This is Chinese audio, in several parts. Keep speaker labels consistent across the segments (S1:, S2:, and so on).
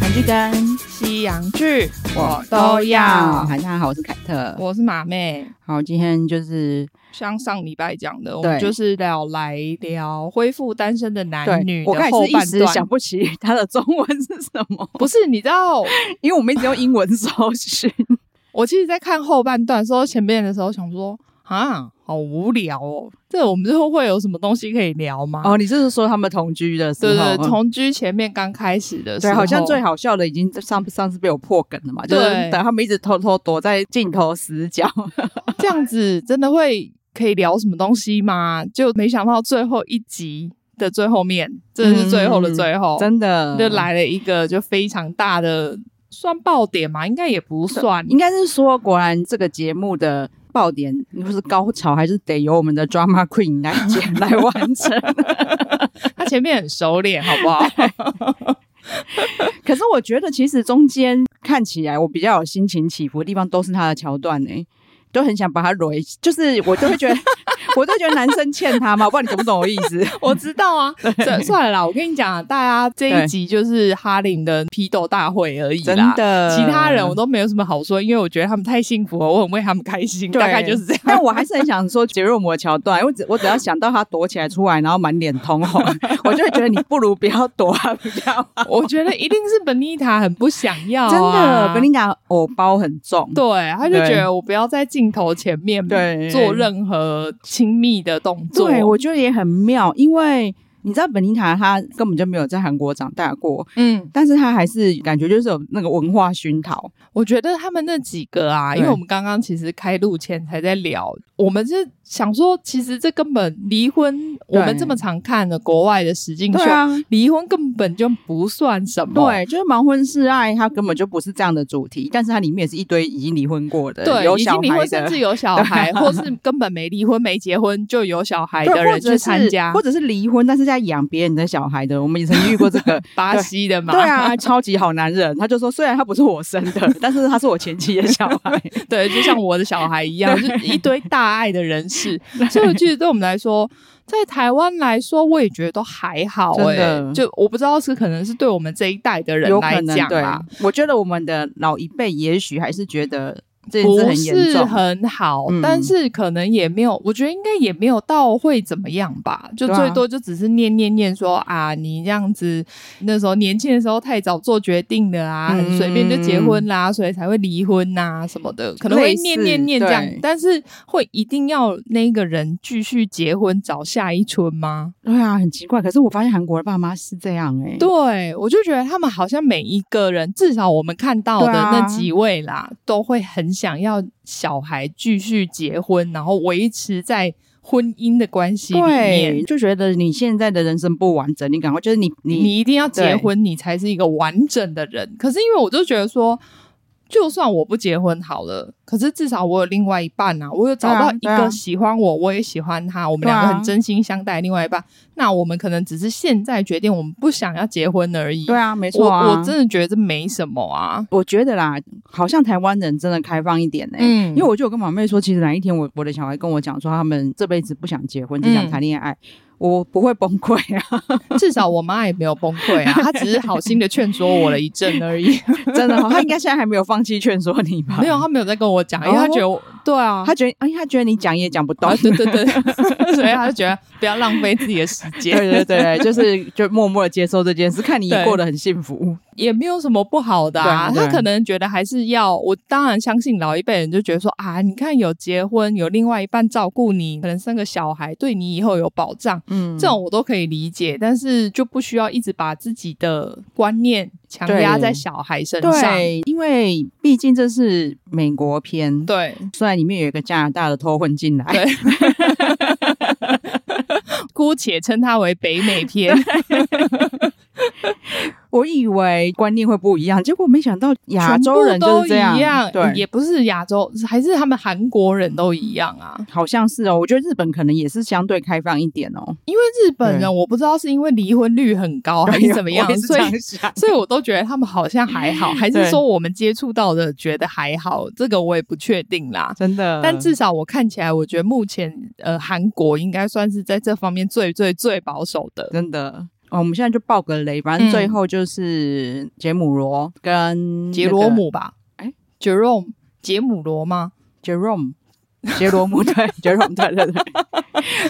S1: 韩剧跟
S2: 西洋剧
S1: 我
S2: 都要
S1: 嗨，大家好，我是凯特。
S2: 我是马妹。
S1: 好，今天就是
S2: 像上礼拜讲的，我们
S1: 对
S2: 就是聊来聊恢复单身的男女
S1: 我
S2: 的
S1: 刚才
S2: 后
S1: 是一
S2: 半
S1: 时想
S2: 段。
S1: 不起它的中文是什么，
S2: 不是，你知道，
S1: 因为我们一直用英文搜寻。
S2: 我其实，在看后半段说前面的时候，想说啊，好无聊哦。这我们最后会有什么东西可以聊吗？
S1: 哦，你就是说他们同居的时候？
S2: 对对，
S1: 嗯
S2: 同居前面刚开始的时候，
S1: 对，好像最好笑的已经上上次被我破梗了嘛，就是
S2: 对
S1: 等他们一直偷偷躲在镜头死角。
S2: 这样子，真的会可以聊什么东西吗？就没想到最后一集的最后面，真的是最
S1: 嗯
S2: 后的最后，
S1: 真的
S2: 就来了一个就非常大的算爆点嘛，应该也不算，
S1: 应该是说，果然这个节目的爆点或是高潮，还是得由我们的 drama queen 来解来完成。
S2: 他前面很熟练，好不好？
S1: 可是我觉得，其实中间看起来我比较有心情起伏的地方，都是他的桥段呢、都很想把他蕊，就是我都会觉 得，我都会觉得男生欠他嘛，我不知道你懂不懂我意思？
S2: 我知道啊， 算算了啦，我跟你讲啊，大家这一集就是哈林的批斗大会而已
S1: 真
S2: 啦。
S1: 的，
S2: 其他人我都没有什么好说，因为我觉得他们太幸福了，我很为他们开心，
S1: 对
S2: 大概就是这样。
S1: 但我还是很想说杰若姆的桥段，因为我只我只要想到他躲起来出来，然后满脸通红， 我就会觉得你不如不要躲啊，比较 好。
S2: 我觉得一定是本妮塔很不想要、
S1: 真的，
S2: 啊，
S1: 跟你讲，偶包很重。
S2: 对，他就
S1: 对
S2: 觉得我不要在镜头前面
S1: 对
S2: 做任何亲密的动作。
S1: 对，我觉得也很妙，因为你知道本妮塔她根本就没有在韩国长大过，
S2: 嗯，
S1: 但是她还是感觉就是有那个文化熏陶。
S2: 我觉得他们那几个啊，
S1: 对
S2: 因为我们刚刚其实开录前才在聊，我们是想说，其实这根本离婚，我
S1: 对
S2: 们这么常看的国外的实境秀，
S1: 对啊，
S2: 离婚根本就不算什么。。
S1: 对，就是盲婚试爱，它根本就不是这样的主题，但是它里面也是一堆已经离婚过的，
S2: 对，
S1: 有
S2: 已
S1: 小
S2: 经离
S1: 孩
S2: 婚，甚
S1: 的
S2: 至。有小 孩，或是根本没离婚、没结婚就有小孩
S1: 对
S2: 的
S1: 或
S2: 人
S1: 者
S2: 去
S1: 是
S2: 参加。
S1: 或，者是离婚，但是在养别人的小孩的，我们也曾经遇过这 个
S2: 巴西的嘛，
S1: 对啊，超级好男人，他就说虽然他不是我生 的，但是他是我前妻的小孩。
S2: 对，就像我的小孩 一样，就是一堆大爱的人士。所以我觉得对我们来说，在台湾来说，我也觉得都还好、
S1: 真
S2: 欸。
S1: 的
S2: 就我不知道是可能是对我们这一代的人
S1: 有
S2: 来
S1: 可能
S2: 讲
S1: 对
S2: 啦，，
S1: 啊我觉得我们的老一辈也许还是觉得这件事
S2: 不
S1: 很严
S2: 是
S1: 重，
S2: 很好，
S1: 嗯
S2: 但是可能也没有，我觉得应该也没有到会怎么样吧。就
S1: 对啊
S2: 最多就只是念念念说啊，你这样子那时候年轻的时候太早做决定了啊，
S1: 嗯
S2: 很随便就结婚啦，所以才会离婚呐、什么的，可能会
S1: 类似
S2: 念念念这样
S1: 对，
S2: 但是会一定要那个人继续结婚找下一春吗？
S1: 对啊，很奇怪。可是我发现韩国的爸妈是这样哎、欸，
S2: 对，我就觉得他们好像每一个人，至少我们看到的
S1: 对啊
S2: 那几位啦，都会很想要小孩继续结婚，然后维持在婚姻的关系里
S1: 对，
S2: 面。
S1: 就觉得你现在的人生不完整，你赶快就是你你
S2: 你一定要结
S1: 对
S2: 婚，你才是一个完整的人。可是因为我就觉得说，就算我不结婚好了，可是至少我有另外一半啊，我有找
S1: 对啊
S2: 到一
S1: 对啊
S2: 个喜欢我，我也喜欢他，我们
S1: 对啊
S2: 两个很真心相待。另外一半，那我们可能只是现在决定我们不想要结婚而已。
S1: 对啊，没
S2: 我
S1: 错啊，
S2: 我真的觉得这没什么啊。
S1: 我觉得啦，好像台湾人真的开放一点哎、
S2: 嗯
S1: 因为我就有跟马妹说，其实哪一天我我的小孩跟我讲说，他们这辈子不想结婚，只想
S2: 嗯
S1: 谈恋爱，我不会崩溃啊！
S2: 至少我妈也没有崩溃啊，她只是好心的劝说我了一阵 而已。
S1: 真的哦、他应该现在还没有放弃劝说你吧？
S2: 没有，，她没有在跟我讲，因为她觉得
S1: 哦
S2: 我对啊，
S1: 他觉得，哎，他觉得你讲也讲不懂
S2: 啊。对对对， 所以她就觉得不要 浪费自己的时
S1: 对
S2: 间。
S1: 对对，就是就默默的接受这件事，看你
S2: 对
S1: 过得很幸福。
S2: 也没有什么不好的啊。
S1: 对啊对啊
S2: 他可能觉得还是要，我当然相信老一辈人就觉得说啊，你看有结婚，有另外一半照顾你，可能生个小孩，对你以后有保障，
S1: 嗯，
S2: 这种我都可以理解。但是就不需要一直把自己的观念强压
S1: 对
S2: 在小孩身上。
S1: 对，因为毕竟这是美国片，，
S2: 对，
S1: 虽然里面有一个加拿大的偷混进来，
S2: 对姑且称它为北美 篇。
S1: 我以为观念会不一样，结果没想到亚
S2: 全
S1: 洲
S2: 部
S1: 人就
S2: 都
S1: 是这样，
S2: 一样，
S1: 对，
S2: 也不是亚洲，还是他们韩国人都一样啊。
S1: 好像是哦。我觉得日本可能也是相对开放一点哦，
S2: 因为日本
S1: 对哎
S2: 人，我不知道是因为离婚率 很高还是怎么样
S1: 我也，是
S2: 所
S1: 这
S2: 以
S1: 样想。
S2: 所以我都觉得他们好像还 好，还是
S1: 对
S2: 说我们接触到的觉得还好，这个我也不确定啦。
S1: 真的，
S2: 但至少我看起来，我觉得目前呃，韩国应该算是在这方面最最最保守的。
S1: 真的。哦，我们现在就爆个雷，反正
S2: 嗯
S1: 最后就是杰姆罗跟
S2: 杰罗姆吧？
S1: 哎
S2: ，Jerome 杰姆罗吗？
S1: 杰 Jerome 杰罗姆对杰 Jerome 对对 对，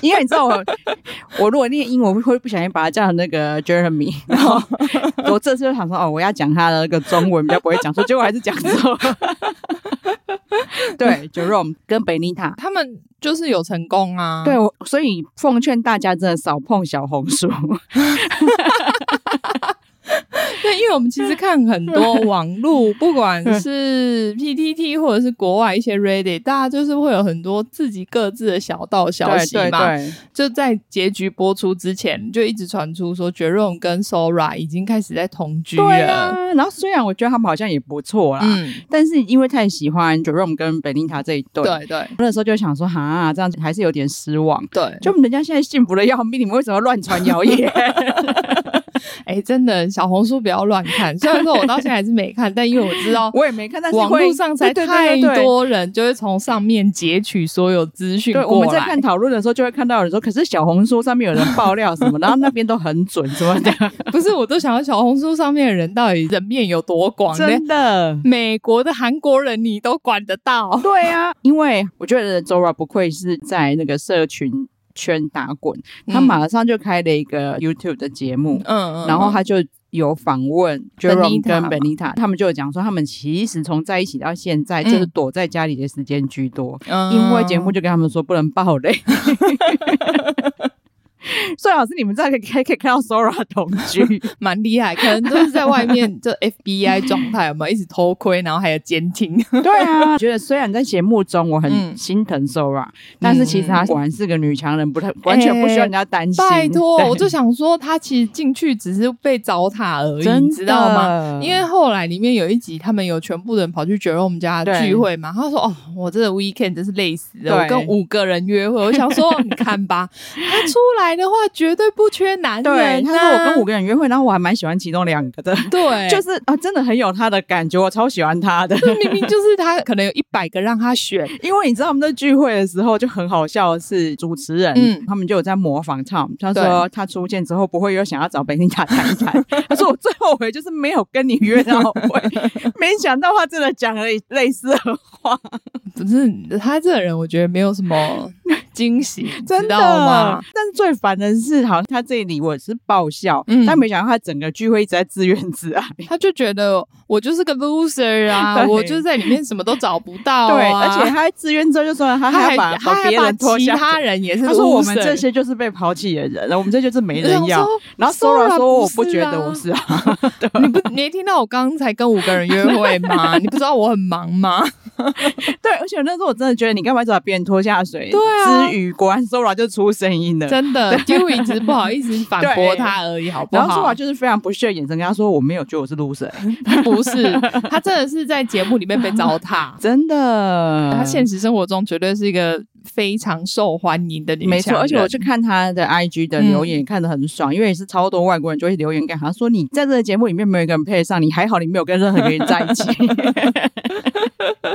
S1: 因为你知道我我如果念英文我会不小心把它叫成那个 Jeremy，然后我这次就想说哦我要讲他的那个中文比较不会讲错，结果还是讲 错。对 Jerome 跟贝妮塔，
S2: 他们就是有成功啊。
S1: 对，我所以奉劝大家真的少碰小红书，
S2: 对，因为我们其实看很多网 络，不管是 PTT 或者是国外一些 Reddit，大家就是会有很多自己各自的小道消
S1: 对
S2: 息
S1: 对
S2: 嘛。
S1: 对，
S2: 就在结局播出之前，就一直传出说 Jerome 跟 Sora 已经开始在同居了。
S1: 对啊，然后虽然我觉得他们好像也不错啦，
S2: 嗯，
S1: 但是因为太喜欢 Jerome 跟 Benita 这一对，
S2: 对对
S1: 那时候就想说，哈，这样还是有点失望。
S2: 对，
S1: 就人家现在幸福的要命，你们为什么乱传谣 言？
S2: 哎、真的小红书不要乱看。虽然说我到现在还是没看，但因为我知道
S1: 我也没看，但是
S2: 网
S1: 会
S2: 络上才
S1: 对
S2: 太
S1: 对对对
S2: 多人就会从上面截取所有资讯
S1: 对，
S2: 过来。
S1: 我们在看讨论的时候，就会看到有人说，可是小红书上面有人爆料 什么，然后那边都很准什么的，
S2: 不是，我都想要小红书上面的人到底人面有多广？连
S1: 真的。
S2: 美国的韩国人你都管得到？
S1: 对啊，因为我觉得 Zora 不愧是在那个社群圈打滚，他
S2: 嗯
S1: 马上就开了一个 YouTube 的节目，
S2: 嗯嗯
S1: 然后他就有访问 Jerome
S2: Benita
S1: 跟
S2: 嘛
S1: Benita，他们就有讲说，他们其实从在一起到现在，就是
S2: 嗯
S1: 躲在家里的时间居多，因为节目就跟他们说不能爆 雷。所以老师，你们在可以可以看到 Sora 同居，
S2: 蛮厉害，可能都是在外面就 FBI 状态，有没有一直偷窥，然后还有监 听？
S1: 对啊，觉得虽然在节目中我很
S2: 嗯
S1: 心疼 Sora，、但是其实她果然是个女强人，不太完全不需要人家担心。
S2: 拜托，
S1: 对
S2: 我就想说，他其实进去只是被糟蹋而已，
S1: 真
S2: 你知道吗？
S1: 的
S2: 因为后来里面有一集，他们有全部人跑去 Jerome 家
S1: 对
S2: 聚会嘛，他说：“哦，我这个 weekend 真是累死了，
S1: 对
S2: 我跟五个人约会。”我想说，你看吧，他出来的话绝对不缺男
S1: 对
S2: 人、啊。
S1: 他说我跟五个人约会，然后我还蛮喜欢其中两个的。
S2: 对，
S1: 就是啊，真的很有他的感觉，我超喜欢他的。
S2: 这明明就是他可能有一百个让他 选，
S1: 因为你知道，我们在聚会的时候就很好笑的是，主持人、
S2: 嗯
S1: 他们就有在模仿 Tom，他说他出现之后不会又想要找贝妮塔谈一谈。 他说我最后悔就是没有跟你约到 会，没想到他真的讲了类似的话，
S2: 不是他这个人，我觉得没有什么惊喜，你
S1: 真
S2: 知
S1: 的
S2: 道吗？？
S1: 但是最烦的是，好像他这里我是爆笑，
S2: 嗯
S1: 但没想到他整个聚会一直在自怨自艾。
S2: 他就觉得我就是个 loser 啊，
S1: 对
S2: 我就是在里面什么都找不到、啊，
S1: 对，而且他在自怨之后就说他
S2: 他
S1: 还
S2: 还
S1: 要把
S2: 他
S1: 把
S2: 还
S1: 别人拖
S2: 其
S1: 下水
S2: 他人也是 loser，
S1: 他说我们这些就是被抛弃的人，我们这就是没人要。然后 Sora
S2: Sora
S1: 说我
S2: 不
S1: 不
S2: 是
S1: 觉得
S2: 啊
S1: 我 是啊，
S2: 你不，你也听到我刚才跟五个人约会 吗？你不知道我很忙吗？
S1: 对，而且那时候我真的觉得你干嘛一直把别人拖下水？
S2: 对啊
S1: 之余果然 Sora 就出声音了。
S2: 真的 d e 只是不好意思反驳他而已，好不
S1: 然后
S2: 好
S1: Sora？就是非常不屑的眼神跟他说：“我没有觉得我是 loser，、。
S2: 不是，他真的是在节目里面被糟 蹋
S1: 真的。”
S2: 他现实生活中绝对是一个非常受欢迎的女
S1: 没错，
S2: 强
S1: 而且我
S2: 人嗯
S1: 去看他的 IG 的留言，看得很爽，因为也是超多外国人就会留言给他说：“你在这个节目里面没有一个人配得上你，还好你没有跟任何一个人在一起。”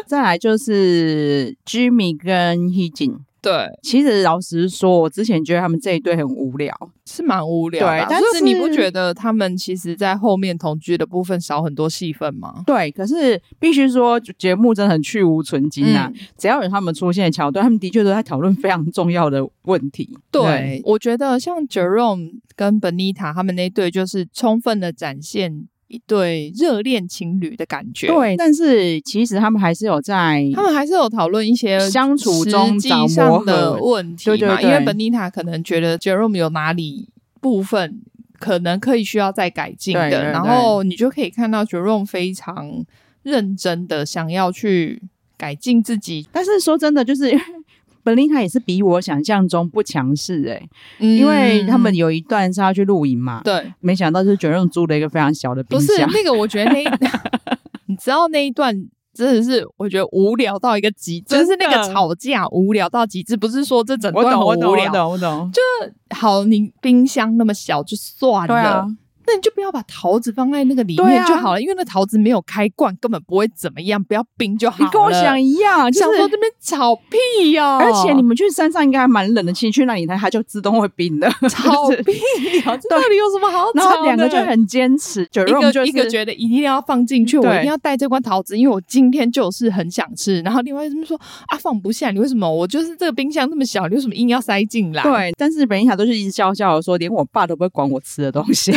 S1: 再来就是 Jimmy 跟 Hejin，
S2: 对
S1: 其实老实说，我之前觉得他们这一对很无聊，
S2: 是蛮无聊的
S1: 对
S2: 啊。
S1: 但
S2: 就是是你不觉得他们其实在后面同居的部分少很多戏份吗？
S1: 对，可是必须说节目真的很去无存精啊！
S2: 嗯
S1: 只要有他们出现的桥段，他们的确都在讨论非常重要的问题。
S2: 对，我觉得像 Jerome 跟 Benita 他们那一对，就是充分的展现一对热恋情侣的感觉。，
S1: 对，但是其实他们还是有在
S2: 他们还是有讨论一些
S1: 相处中找
S2: 实际
S1: 磨
S2: 上
S1: 合
S2: 的问题嘛，
S1: 对对对
S2: 因为本妮塔可能觉得 Jerome 有哪里部分可能可以需要再改进的，
S1: 对对对
S2: 然后你就可以看到 Jerome 非常认真的想要去改进自己，
S1: 但是说真的，就是 本琳塔也是比我想象中不强势哎、
S2: 嗯
S1: 因为他们有一段是要去露营嘛，
S2: 对
S1: 没想到就是卷用租了一个非常小的冰
S2: 不是
S1: 箱，
S2: 那个，我觉得那 一你知道那一段真的是我觉得无聊到一个极致，就是那
S1: 真
S2: 个
S1: 的
S2: 吵架无聊到极致，不是说这整
S1: 我
S2: 段
S1: 懂
S2: 很
S1: 我懂
S2: 无
S1: 我
S2: 聊。
S1: 懂我懂，就
S2: 好，你冰箱那么小就算了，
S1: 对啊，
S2: 那你就不要把桃子放在那个里
S1: 对
S2: 面
S1: 啊
S2: 就好了，因为那桃子没有开罐，根本不会怎么样，不要冰就好了。
S1: 你跟我想一样，就
S2: 想说
S1: 是。
S2: 这边吵屁哦呀、
S1: 而且你们去山上应该还蛮冷的，其实去那里它它就自动会冰的，
S2: 吵
S1: 就是
S2: 屁呀、这到底有什么好吵的？
S1: 然后两个就很坚持，九
S2: 一
S1: 肉
S2: 个、
S1: 就是嗯
S2: 一个觉得一定要放进去，我
S1: 对
S2: 一定要带这罐桃子，因为我今天就是很想吃。然后另外一边说啊，放不下，你为什么？我就是这个冰箱这么小，你为什么硬要塞进来？，
S1: 对，但是本尼塔都是一直笑笑的说，连我爸都不会管我吃的东 西。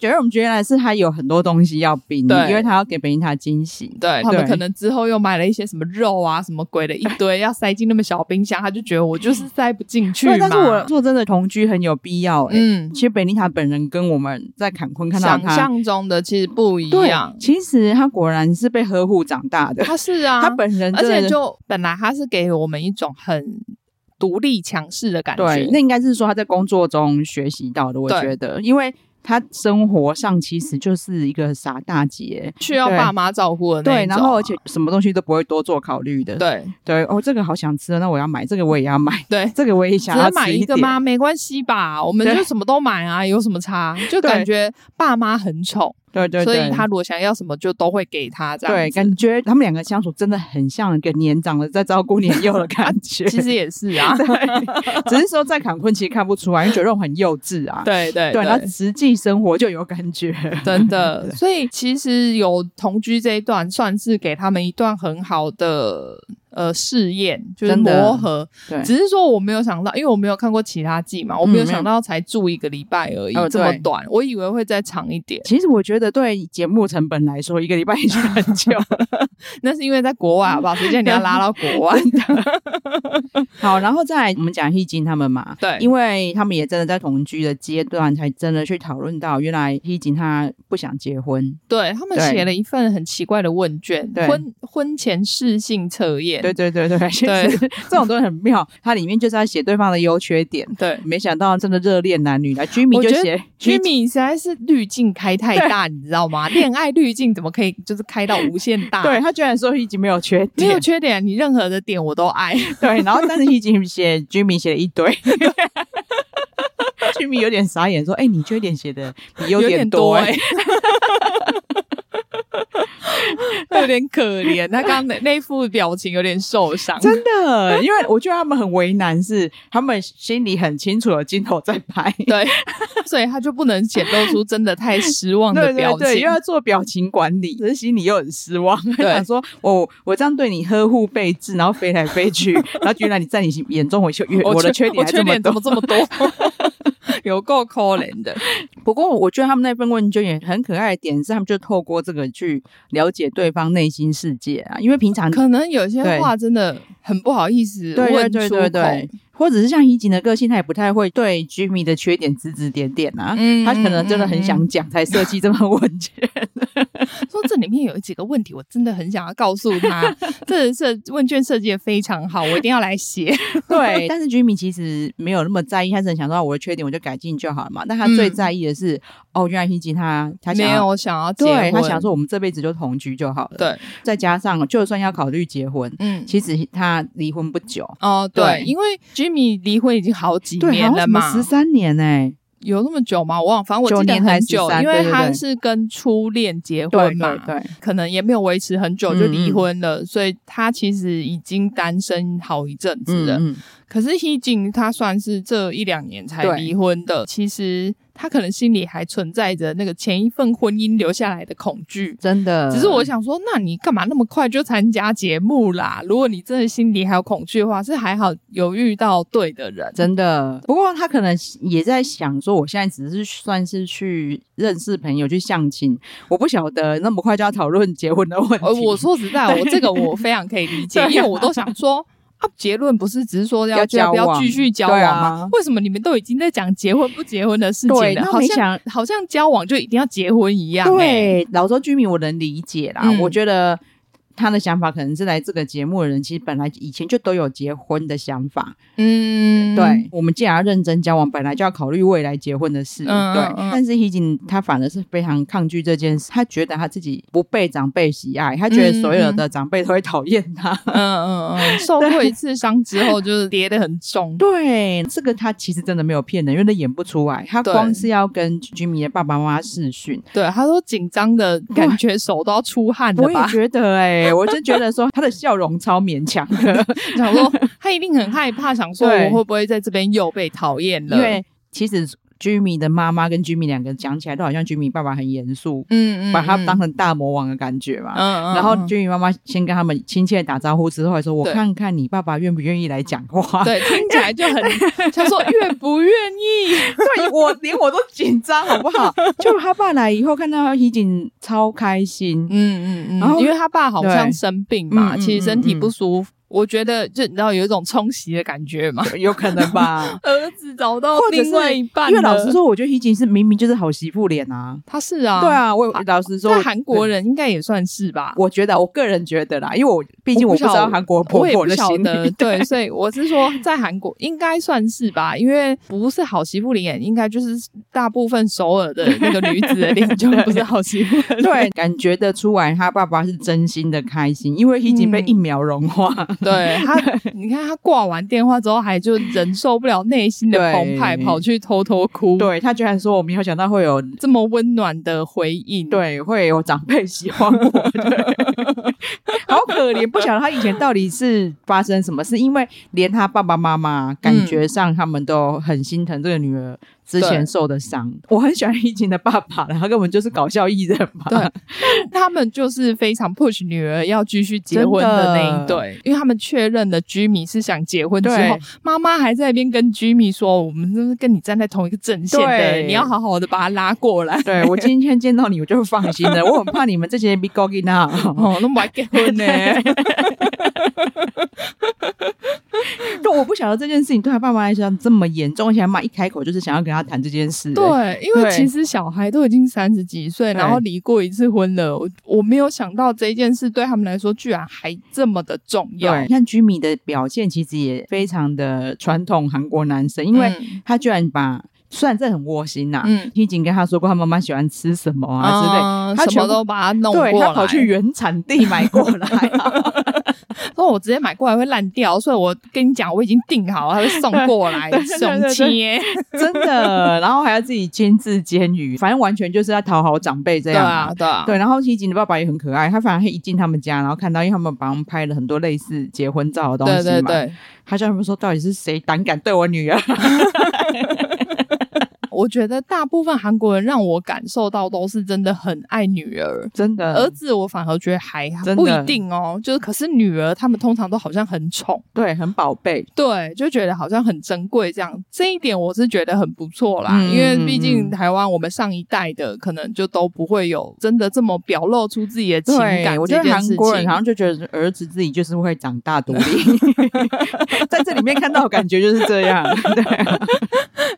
S1: 觉得我们原来是他有很多东西要冰，
S2: 对
S1: 因为他要给本尼塔惊喜。
S2: 对他们
S1: 对
S2: 可能之后又买了一些什么肉啊、什么鬼的一堆，要塞进那么小冰箱，他就觉得我就是塞不进去嘛
S1: 对，。但是我说真的，同居很有必要、欸。
S2: 嗯，
S1: 其实贝妮塔本人跟我们在坎昆看到
S2: 想
S1: 他，
S2: 象中的其实不一
S1: 对
S2: 样，。
S1: 其实他果然是被呵护长大的。
S2: 他是啊，
S1: 他本人
S2: 而
S1: 真的
S2: 且就本来他是给我们一种很独立强势的感觉，
S1: 对，那应该是说他在工作中学习到的。我
S2: 对
S1: 觉得，因为他生活上其实就是一个傻大姐，
S2: 需要
S1: 对
S2: 爸妈照顾的那
S1: 对，
S2: 一种啊
S1: 然后而且什么东西都不会多做考虑的。
S2: 对。
S1: 对哦，这个好想吃，那我要买，这个我也要买，
S2: 对，
S1: 这个我也
S2: 只
S1: 想要
S2: 是
S1: 吃
S2: 买
S1: 一
S2: 一个
S1: 点
S2: 吗？？没关系吧，我们
S1: 对
S2: 就什么都买啊，有什么差？就
S1: 对
S2: 感觉爸妈很宠，
S1: 对对
S2: 所
S1: 对，
S2: 以他如果想要什么就都会给他这
S1: 对
S2: 样子。
S1: 感觉他们两个相处真的很像一个年长的在照顾年幼的感觉。
S2: 其实也是啊，
S1: 只是说在坎昆其实看不出来，因为觉得我很幼稚啊。
S2: 对对
S1: 对，那实际生活就有感 觉。
S2: 真的，所以其实有同居这一段，算是给他们一段很好的呃试验，就是
S1: 真的
S2: 磨合。
S1: 对，嗯
S2: 只是说我没有想到，因为我没有看过其他季嘛，我没有想到才住一个礼拜而已，
S1: 哦
S2: 这么
S1: 对
S2: 短，我以为会再长一点。
S1: 其实我觉得对节目成本来说，一个礼拜已经很久了。
S2: 那是因为在国外，好不好？谁叫你要拉到国外？
S1: 好，然后再来我们讲希金他们嘛，
S2: 对
S1: 因为他们也真的在同居的阶段，才真的去讨论到原来希金他不想结婚。
S2: 对他们
S1: 对
S2: 写了一份很奇怪的问卷，
S1: 对
S2: 婚婚前试性测验。
S1: 对对对对， 其
S2: 对
S1: 实这种都很妙，它里面就是要写对方的优缺点。
S2: 对
S1: 没想到真的热恋男女来居民
S2: 我
S1: 就
S2: 觉得
S1: 写
S2: Jimmy 实在是滤镜开太大，你知道吗？恋爱滤镜怎么可以就是开到无限大？
S1: 对，他居然说已经没有缺
S2: 啊没有
S1: 点，
S2: 缺点，你任何的点我都爱。
S1: 对，然后但是已经写 Jimmy 写了一 堆，Jimmy 有点傻眼，说：“哎、你缺点写的比优点多、欸哎
S2: 有点欸多欸 有点可怜。他刚刚那那副表情有点受伤，
S1: 真的，因为我觉得他们很为难是，他们心里很清楚有镜头在拍。
S2: 对， 所以他就不能显露出真的太失望的
S1: 对
S2: 表
S1: 对
S2: 情。
S1: 对，又要做表情管理，可是 心里又很失望，
S2: 对
S1: 想说哦，我这样对你呵护备至，然后飞来飞去，然后原来你在你心眼中我就越的缺点
S2: 我
S1: 还
S2: 缺
S1: 这么
S2: 点
S1: 多
S2: 怎么。这么多？ 有够可怜的，
S1: 不过我觉得他们那份问卷也很可爱的点是，他们就透过这个去了解对方内心世界啊，因为平常
S2: 可能有些话真的很不好意思
S1: 对对
S2: 问
S1: 对
S2: 出
S1: 对
S2: 口。
S1: 对，或者是像怡景的个性，他也不太会对 Jimmy 的缺点指指点点啊。
S2: 嗯
S1: 他可能真的很想讲，才设计这份 问卷。
S2: 说这里面有几个问题，我真的很想要告诉 他，这设问卷设计的非常好，我一定要来写。
S1: 对， 但是 Jimmy 其实没有那么在意，他只是想说我的缺点我就改进就好了嘛。但他最
S2: 嗯
S1: 在意的是，哦，原来怡景他他想
S2: 没
S1: 要
S2: 有想要结
S1: 对
S2: 婚，
S1: 他想说我们这辈子就同居就好了。，
S2: 对，
S1: 再加上就算要考虑结婚，
S2: 嗯，
S1: 其实他离婚不久。
S2: 哦，
S1: 对
S2: 对，因为 Jimmy 离婚已经好几
S1: 对，
S2: 年了嘛，
S1: 十三年哎、
S2: 有那么久吗？我忘了，反正我
S1: 九
S2: 记得
S1: 年还
S2: 很
S1: 是
S2: 久，
S1: 13
S2: 因为
S1: 对对
S2: 他
S1: 对
S2: 是跟初恋结
S1: 对
S2: 婚嘛，
S1: 对对，
S2: 可能也没有维持很久就
S1: 嗯
S2: 离
S1: 嗯
S2: 婚了，所以他其实已经单身好一阵子
S1: 嗯
S2: 了。
S1: 嗯，
S2: 可是 He Jin 他算是这一两年才
S1: 对
S2: 离婚的，其实他可能心里还存在着那个前一份婚姻留下来的恐惧。
S1: 真的。
S2: 只是我想说，那你干嘛那么快就参加节目啦？如果你真的心里还有恐惧的话，是还好有遇到对的人。
S1: 真的，不过他可能也在想说，我现在只是算是去认识朋友，去相亲，我不晓得那么快就要讨论结婚的问题。
S2: 呃，我说实在，我这个我非常可以理解，
S1: 对啊
S2: 因为我都想说。啊，结论不是只是说要
S1: 要交
S2: 不要
S1: 往
S2: 继续交往
S1: 对
S2: 吗？
S1: 啊
S2: 为什么你们都已经在讲结婚不结婚的事情
S1: 对
S2: 了？
S1: 那
S2: 好
S1: 没
S2: 像
S1: 想
S2: 好像交往就一定要结婚一样、欸。
S1: 对老州居民，我能理解啦。
S2: 嗯
S1: 我觉得他的想法可能是来这个节目的人，其实本来以前就都有结婚的想法。
S2: 嗯，
S1: 对，我们既然要认真交往，本来就要考虑未来结婚的事。
S2: 嗯
S1: 对
S2: 嗯，嗯
S1: 但是 h i j i n 他反而是非常抗拒这件事，他觉得他自己不被长辈喜爱，他觉得所有的长辈都会讨厌他。
S2: 嗯嗯嗯，受过一次伤之后，就是 跌得很重。
S1: 对，这个他其实真的没有骗人，因为他演不出来，他
S2: 对
S1: 光是要跟居民的爸爸妈妈视讯。
S2: 对，他说紧张的感觉，手都要出汗了
S1: 我也
S2: 吧？
S1: 觉得哎、我真觉得说他的笑容超勉强的，
S2: 想说他一定很害怕，想说
S1: 对
S2: 我会不会在这边又被讨厌 了？
S1: 因为其实 Jimmy 的妈妈跟 Jimmy 两个讲起来都好像 Jimmy 爸爸很严肃，
S2: 嗯嗯，
S1: 把他
S2: 嗯
S1: 当成大魔王的感觉嘛。
S2: 嗯嗯，
S1: 然后
S2: 嗯
S1: Jimmy 妈妈先跟他们亲切地打招呼之后，还说：“我
S2: 对
S1: 看看你爸爸愿不愿意来讲话。”，
S2: 对，听起来就很想说愿不愿 意？
S1: 对我连我都紧张，好不好？ 就他爸来以后，看到怡景超开心，
S2: 嗯嗯嗯，
S1: 然后
S2: 因为他爸好像
S1: 对
S2: 生病嘛，
S1: 嗯嗯
S2: 其实身体
S1: 嗯嗯
S2: 不舒服，我觉得就你知道有一种冲洗的感觉嘛。？
S1: 有可能吧
S2: 儿子找到
S1: 或者
S2: 另外
S1: 是
S2: 一半了，
S1: 因为老实说，我觉得怡景是明明就是好媳妇脸啊。
S2: 他是啊，
S1: 对，啊，我
S2: 啊
S1: 老实说
S2: 在，韩国人应该也算是吧。
S1: 我觉得我个人觉得啦，因为我毕竟嗯我
S2: 我
S1: 不
S2: 不晓
S1: 知道韩国婆
S2: 我也
S1: 婆
S2: 不
S1: 的
S2: 晓
S1: 心
S2: 得
S1: 理，，
S2: 对，所以我是说，在韩国应该算是吧，因为不是好媳妇脸，应该就是大部分首尔的那个女子的脸就不是好媳妇的 脸。
S1: 对，感觉得出来，他爸爸是真心的开心，因为已经被
S2: 嗯
S1: 一秒融化。
S2: 对他，你看他挂完电话之后，还就忍受不了内心的澎湃，
S1: 对
S2: 跑去偷偷哭。，
S1: 对他居然说，我没有想到会有。
S2: 这么温暖的回应。，
S1: 对，会有长辈喜欢我，对，好可怜，不晓得他以前到底是发生什么事，因为连他爸爸妈妈感觉上他们都很心疼这个女儿之前
S2: 嗯对
S1: 受的伤。我很喜欢易经的爸爸啦，他根本就是搞笑艺人嘛。
S2: 对他们就是非常 push 女儿要继续结婚的那一对，因为他们确认了居米是想结婚之后
S1: 对，
S2: 妈妈还在那边跟居米说：“我们是跟你站在同一个阵线的，
S1: 对
S2: 你要好好的把他拉过 来。
S1: 对我今天见到你，我就放心了。我很怕你们这些 big g o g i n a ”
S2: 哦，那么还结婚呢？
S1: 就我不晓得这件事情对他爸妈来讲这么严重，而且他妈一开口就是想要跟他谈这件事、欸
S2: 对，因为
S1: 对
S2: 其实小孩都已经三十几岁，
S1: 对
S2: 然后离过一次婚了，我我没有想到这件事对他们来说居然还这么的重要。
S1: 对，你看居米的表现其实也非常的传统韩国男生，因为
S2: 嗯
S1: 他居然把。虽然这很窝心呐、
S2: 嗯
S1: 提警跟他说过他妈妈喜欢吃什么啊之类，
S2: 啊
S1: 他
S2: 什么
S1: 全部
S2: 都把它弄过来，
S1: 对他跑去原产地买过来、啊
S2: 说我直接买过来会烂掉，所以我跟你讲，我已经订好了，他会送过 来，
S1: 对对
S2: 送
S1: 对
S2: 切。
S1: 真的，然后还要自己亲自煎鱼，反正完全就是要讨好长辈这
S2: 对
S1: 样、
S2: 啊，对啊，
S1: 对，然后西景的爸爸也很可爱，他反而一进他们家，然后看到，因为他们帮我们拍了很多类似结婚照的东西嘛，
S2: 对对对，
S1: 他叫他们说，到底是谁胆敢对我女儿？
S2: 我觉得大部分韩国人让我感受到都是真的很爱女儿。
S1: 真的，
S2: 儿子，我反而觉得还好
S1: 嗯真的
S2: 不一定哦，就是可是女儿，他们通常都好像很宠，
S1: 对，很宝贝，
S2: 对，就觉得好像很珍贵这样。这一点我是觉得很不错啦，
S1: 嗯
S2: 因为
S1: 嗯
S2: 毕竟
S1: 嗯
S2: 台湾我们上一代的可能就都不会有真的这么表露出自己的情感
S1: 我觉
S2: 这
S1: 得
S2: 件
S1: 韩
S2: 事情。
S1: 国人好像就觉得儿子自己就是会长大独 立，在这里面看到的感觉就是这样，对，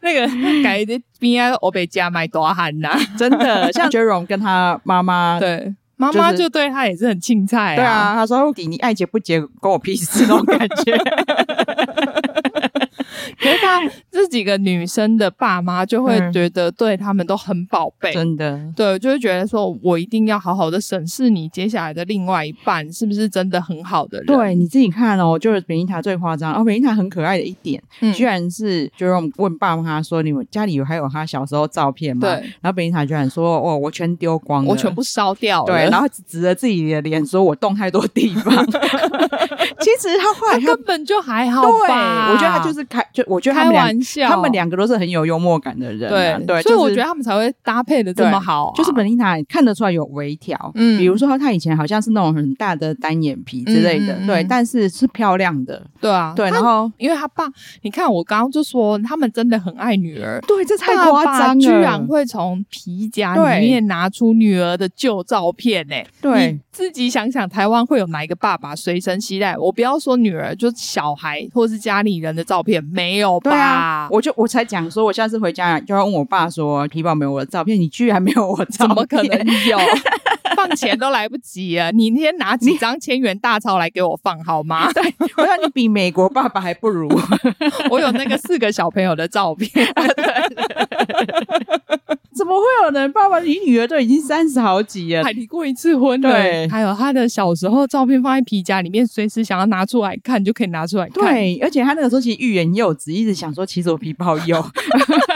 S2: 那个改的边啊，我被加买多汗 呐。
S1: 真的，像 Jerome 跟他妈妈。
S2: 对，妈妈
S1: 就是
S2: 就对他也是很青菜、
S1: 对，啊，他说你你爱结不结关我屁事那种感觉，
S2: 可是他这几个女生的爸妈就会
S1: 嗯
S2: 觉得对他们都很宝 贝。
S1: 真的，
S2: 对，就会觉得说，我一定要好好的审视你接下来的另外一半是不是真的很好的人。，
S1: 对你自己看哦，就是美丽塔最夸张哦，美丽塔很可爱的一点，
S2: 嗯
S1: 居然是 Jerome 问爸妈说：“你们家里有还有他小时候照片吗？”
S2: 对
S1: 然后贝妮塔居然说：“哦，我全丢光了，
S2: 我全部烧掉了。
S1: 对。” 然后指着自己的脸说：“我动太多地方。”其实他后
S2: 他
S1: 来他
S2: 根本就还好
S1: 对，
S2: 吧？
S1: 我觉得他就是开就我觉得他
S2: 开
S1: 们两
S2: 玩笑，
S1: 他们两个都是很有幽默感的人啊、
S2: 对
S1: 对，
S2: 所以我
S1: 就是
S2: 觉得他们才会搭配的这么好啊、
S1: 就是本琳达看得出来有微调，
S2: 嗯
S1: 比如说她以前好像是那种很大的单眼皮之类的，
S2: 嗯嗯嗯
S1: 对，但是是漂亮的，
S2: 对啊，
S1: 对，
S2: 他
S1: 然后
S2: 因为他爸，你看我刚刚就说他们真的很爱女儿，
S1: 对，这太
S2: 爸
S1: 夸
S2: 爸
S1: 张了，
S2: 居然会从皮夹
S1: 对
S2: 里面拿出女儿的旧照片呢、
S1: 对
S2: 你自己想想，台湾会有哪一个爸爸随身携带？我不要说女儿，就小孩或是家里人的照片，没有吧？
S1: 对啊，我就我才讲说，我下次回家就要问我爸说，皮包没有我的照片，你居然没有我的照
S2: 怎
S1: 片，
S2: 么可能？ 有？放钱都来不及了，你先拿几张千元大钞来给我放 好吗？
S1: 我说你比美国爸爸还不如，
S2: 我有那个四个小朋友的照片，
S1: 怎么会有人爸爸你女儿都已经三十好几了
S2: 还？离过一次婚了。
S1: 对
S2: 还有他的小时候照片放在皮夹里面，随时想要拿出来看就可以拿出来看。
S1: 对，而且他那个时候其实欲言又止，一直想说，其实我皮包有，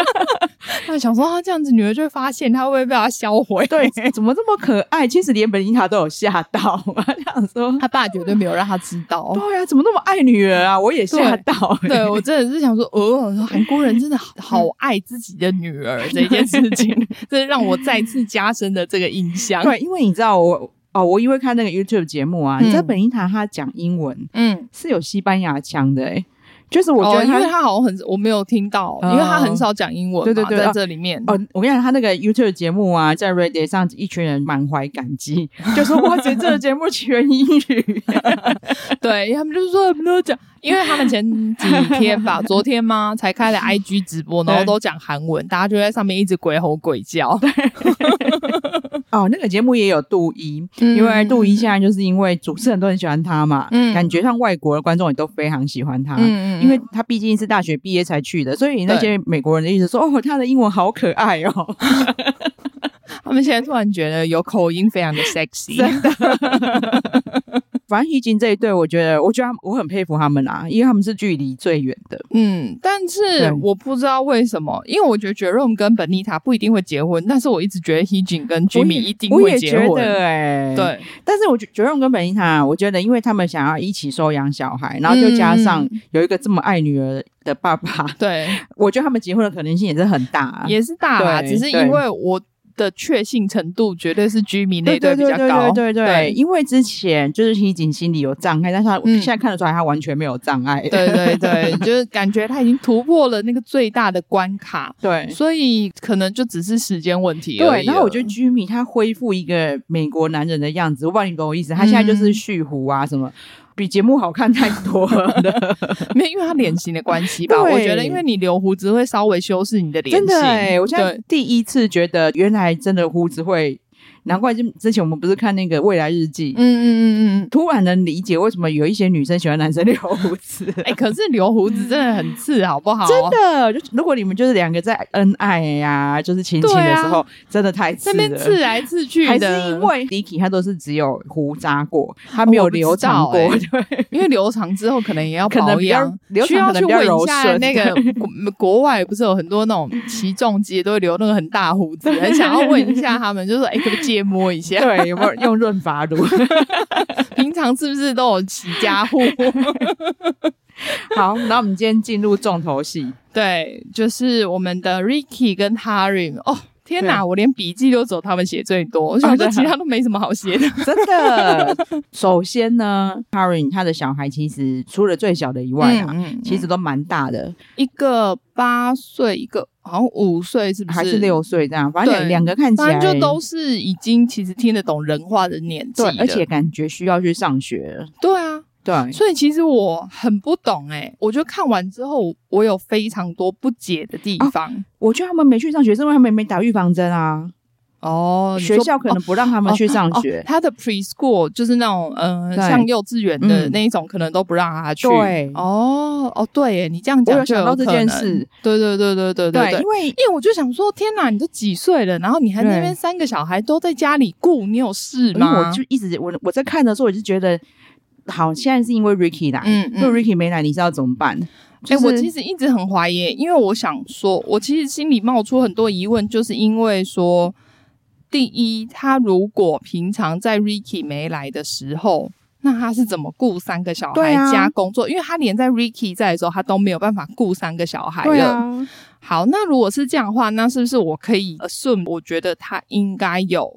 S2: 那想说他这样子，女儿就会发现，她会不会被他销毁？
S1: 对，怎么这么可爱？其实连本琳塔都有吓到， 我想说，
S2: 他爸绝对没有让他知道。
S1: 对呀、怎么那么爱女儿啊？我也吓到、欸
S2: 对我真的是想说，哦，韩国人真的好好爱自己的女儿这件事 情，这让我再次加深了这个印象。
S1: 对，因为你知道我哦，我因为看那个 YouTube 节目啊，你知道
S2: 嗯
S1: 本琳塔她讲英文
S2: 嗯，
S1: 是有西班牙腔的、欸，就是我觉
S2: 哦
S1: 得
S2: 因
S1: 她
S2: 为他好像很，我没有听到，
S1: 哦
S2: 因为他很少讲英文嘛，
S1: 对对对
S2: 在这里面。
S1: 哦，我跟你讲，他那个 YouTube 节目啊，在 Reddit 上一群人满怀感 激，就说哇塞，这个节目全英语，
S2: 对，因为他们就是说他们都 讲，因为他们前几天吧，昨天吗，才
S1: 嗯
S2: 开了 IG 直播，然后
S1: 对
S2: 都讲韩文，大家就在上面一直鬼吼鬼叫。
S1: 哦，那个节目也有杜一，
S2: 嗯
S1: 因为杜一现在就是因为主持人都很喜欢他嘛，
S2: 嗯
S1: 感觉上外国的观众也都非常喜欢他，
S2: 嗯嗯嗯
S1: 因为他毕竟是大学毕业才去的，所以那些美国人的意思说哦，他的英文好可爱哦，
S2: 他们现在突然觉得有口音非常的 sexy，
S1: 反正易经这一对，我觉得我觉得他们我很佩服他们啦，因为他们是距离最远的，
S2: 嗯，但
S1: 对
S2: 是我不知道为什么，因为我觉得 Jerome 跟 Benita 不一定会结婚，但是我一直觉得 Hejin 跟 Jimmy 一定
S1: 我
S2: 会
S1: 也
S2: 结
S1: 觉
S2: 婚。
S1: 得哎、。
S2: 对，
S1: 但是我觉觉得我跟本英塔，我觉得因为他们想要一起收养小孩，然后就
S2: 嗯
S1: 加上有一个这么爱女儿的爸爸，
S2: 对，
S1: 我觉得他们结婚的可能性也是很大、啊。
S2: 也是大啦，
S1: 对
S2: 只是因为我的确信程度绝对是 Jimmy 那
S1: 对
S2: 一
S1: 对
S2: 比
S1: 对
S2: 较
S1: 对
S2: 高。
S1: 对对对，因为之前就是西井心里有障碍，但是他
S2: 嗯
S1: 现在看得出来他完全没有障碍。
S2: 对对对，就是感觉他已经突破了那个最大的关卡，
S1: 对
S2: 所以可能就只是时间问题而
S1: 对，
S2: 已
S1: 然后我
S2: 了
S1: 觉得居米他恢复一个美国男人的样子，我不知道你懂我意思，他现在就是
S2: 嗯
S1: 蓄胡啊什么，比节目好看太多 了，
S2: 没有因为他脸型的关系吧，
S1: 对
S2: 我觉得因为你留胡子会稍微修饰你的脸
S1: 真
S2: 型，
S1: 的哎、我现在
S2: 对
S1: 第一次觉得原来真的胡子会，难怪就之前我们不是看那个未来日记。
S2: 嗯嗯嗯嗯嗯。
S1: 突然能理解为什么有一些女生喜欢男生留胡 子，
S2: 哎、可是留胡子真的很刺，好不好？
S1: 真的，就如果你们就是两个在恩爱呀、就是亲亲的时候，真的太刺
S2: 这啊边
S1: 了。
S2: 刺来刺去
S1: 还是
S2: 的，
S1: 因为 Dicky 他都是只有胡渣过，他没有留长过，
S2: 我不知欸
S1: 对，
S2: 因为留长之后可能也要
S1: 可能
S2: 保
S1: 比较
S2: 养，啊
S1: 留长
S2: 需要
S1: 可能
S2: 去
S1: 比较
S2: 问
S1: 柔
S2: 一下
S1: 顺
S2: 那个国 国外不是有很多那种起重机都会留那个很大胡子，很想要问一下他们，就说哎，可不可以借摸一下？
S1: 对，有没有用润发乳？
S2: 平常是不是都有起家 户？
S1: 好，那我们今天进入重头戏，
S2: 对，就是我们的 Ricky 跟 Harim 哦。天哪！我连笔记都走他们写最多，我想说
S1: 真的
S2: 其他都没什么好写的。
S1: 真 的。首先呢 h a r r y 他的小孩其实除了最小的以外啊，
S2: 嗯
S1: 其实都蛮大的，
S2: 一个八岁，一个好像五岁，是不是？
S1: 还是六岁这样，反正两
S2: 对
S1: 两个看起来
S2: 反正就都是已经其实听得懂人话的年纪
S1: 对
S2: 了，
S1: 而且感觉需要去上学了，
S2: 对啊，
S1: 对。
S2: 所以其实我很不懂哎、我就看完之后，我有非常多不解的地方
S1: 我觉得他们没去上学，是因为他们没打预防针啊。
S2: 哦你
S1: 学
S2: 说
S1: 校可能不让他们去上
S2: 哦
S1: 学。
S2: 他的 preschool 就是那种嗯、呃
S1: 对
S2: 像幼稚园的
S1: 嗯
S2: 那一种，可能都不让他去。
S1: 对
S2: 哦哦，对耶，你这样
S1: 我
S2: 讲
S1: 有
S2: 就
S1: 想到这
S2: 可
S1: 件
S2: 能
S1: 事。
S2: 对对对对对
S1: 对，
S2: 对
S1: 因。为
S2: 因为我就想说，天哪，你都几岁了，然后你还在那
S1: 对
S2: 边三个小孩都在家里顾，你有事
S1: 因为
S2: 吗？
S1: 我就一直我我在看的时候，我就觉得，好，现在是因为 Ricky 来，
S2: 嗯嗯
S1: 如果 Ricky 没来，你是要怎么办？
S2: 哎、
S1: 就是
S2: 我其实一直很怀疑，因为我想说，我其实心里冒出很多疑问，就是因为说，第一，他如果平常在 Ricky 没来的时候，那他是怎么顾三个小孩
S1: 对啊
S2: 加工作？因为他连在 Ricky 在的时候，他都没有办法顾三个小孩
S1: 对
S2: 了。
S1: 啊，
S2: 好，那如果是这样的话，那是不是我可以 assume 我觉得他应该有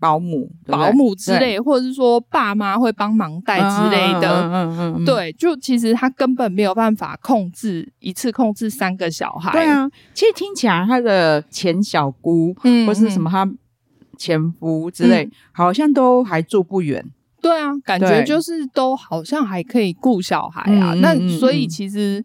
S1: 保姆对不对
S2: 保姆之类，或者是说爸妈会帮忙带之类的？
S1: 嗯嗯嗯嗯嗯
S2: 对，就其实他根本没有办法控制一次控制三个小孩。
S1: 对，啊，其实听起来他的前小姑
S2: 嗯
S1: 或是什么？他前夫之类
S2: 嗯，
S1: 好像都还住不远。
S2: 对啊，感觉
S1: 对
S2: 就是都好像还可以顾小孩啊。
S1: 嗯嗯
S2: 那
S1: 嗯
S2: 所以
S1: 嗯
S2: 其实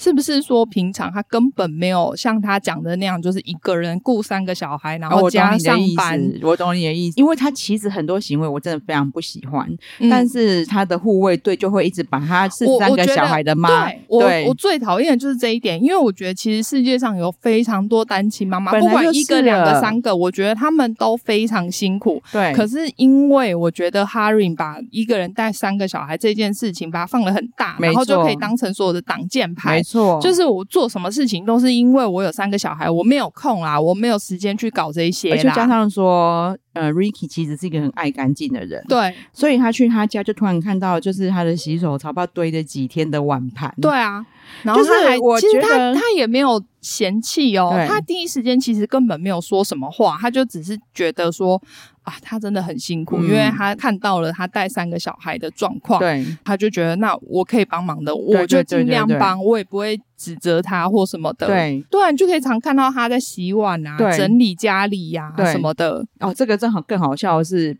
S2: 是不是说平常他根本没有像他讲的那样，就是一个人顾三个小孩，然
S1: 啊
S2: 后
S1: 我懂
S2: 加
S1: 你的
S2: 上
S1: 意
S2: 班？
S1: 思，我懂你的意思，因为他其实很多行为我真的非常不喜欢，
S2: 嗯
S1: 但是他的护卫队就会一直把他是
S2: 我
S1: 三
S2: 我
S1: 个
S2: 觉
S1: 小
S2: 得
S1: 孩的妈
S2: 对，我我最讨厌的就是这一点，因为我觉得其实世界上有非常多单亲妈妈，
S1: 本来
S2: 不管
S1: 就是
S2: 一个、两
S1: 了
S2: 个、三个，我觉得他们都非常辛苦。
S1: 对，
S2: 可是因为我觉得哈林把一个人带三个小孩这件事情，把它放得很大，
S1: 没
S2: 然后就
S1: 错
S2: 可以当成所有的挡箭牌
S1: 没。错，
S2: 就是我做什么事情都是因为我有三个小孩，我没有空啦，我没有时间去搞这一些
S1: 而
S2: 啦。
S1: 且加上说，呃，Ricky 其实是一个很爱干净的人，
S2: 对
S1: 所以他去他家就突然看到，就是他的洗手槽不知道堆了几天的碗盘，
S2: 对啊，然后
S1: 就是
S2: 他还
S1: 我
S2: 其实
S1: 觉得
S2: 他他也没有嫌弃哦
S1: 对，
S2: 他第一时间其实根本没有说什么话，他就只是觉得说啊，他真的很辛苦，
S1: 嗯
S2: 因为他看到了他带三个小孩的状况，
S1: 对
S2: 他就觉得那我可以帮忙的，
S1: 对
S2: 我就
S1: 对对
S2: 尽量
S1: 对对
S2: 帮，我也不会指责他或什么的。。
S1: 对
S2: 对啊，你就可以常看到他在洗碗啊
S1: 对、
S2: 整理家里呀、
S1: 对
S2: 什么的。
S1: 哦，这个正好更好笑的是。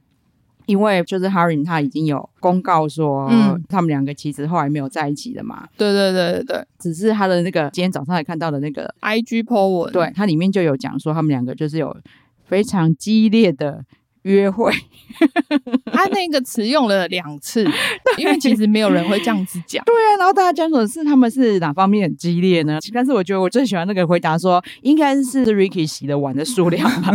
S1: 因为就是 Harry 他已经有公告说，
S2: 嗯
S1: 他们两个其实后来没有在一起的嘛，
S2: 对对对对对
S1: 只是他的那个今天早上才看到的那个
S2: ，IG po 文，
S1: 对，它里面就有讲说他们两个就是有非常激烈的约会，
S2: 他那个词用了两次，因为其实没有人会这样子讲。
S1: 对啊，然后大家讲什么是他们是哪方面很激烈呢？但是我觉得我最喜欢那个回答说，应该是 Ricky 洗的碗的数量 吧。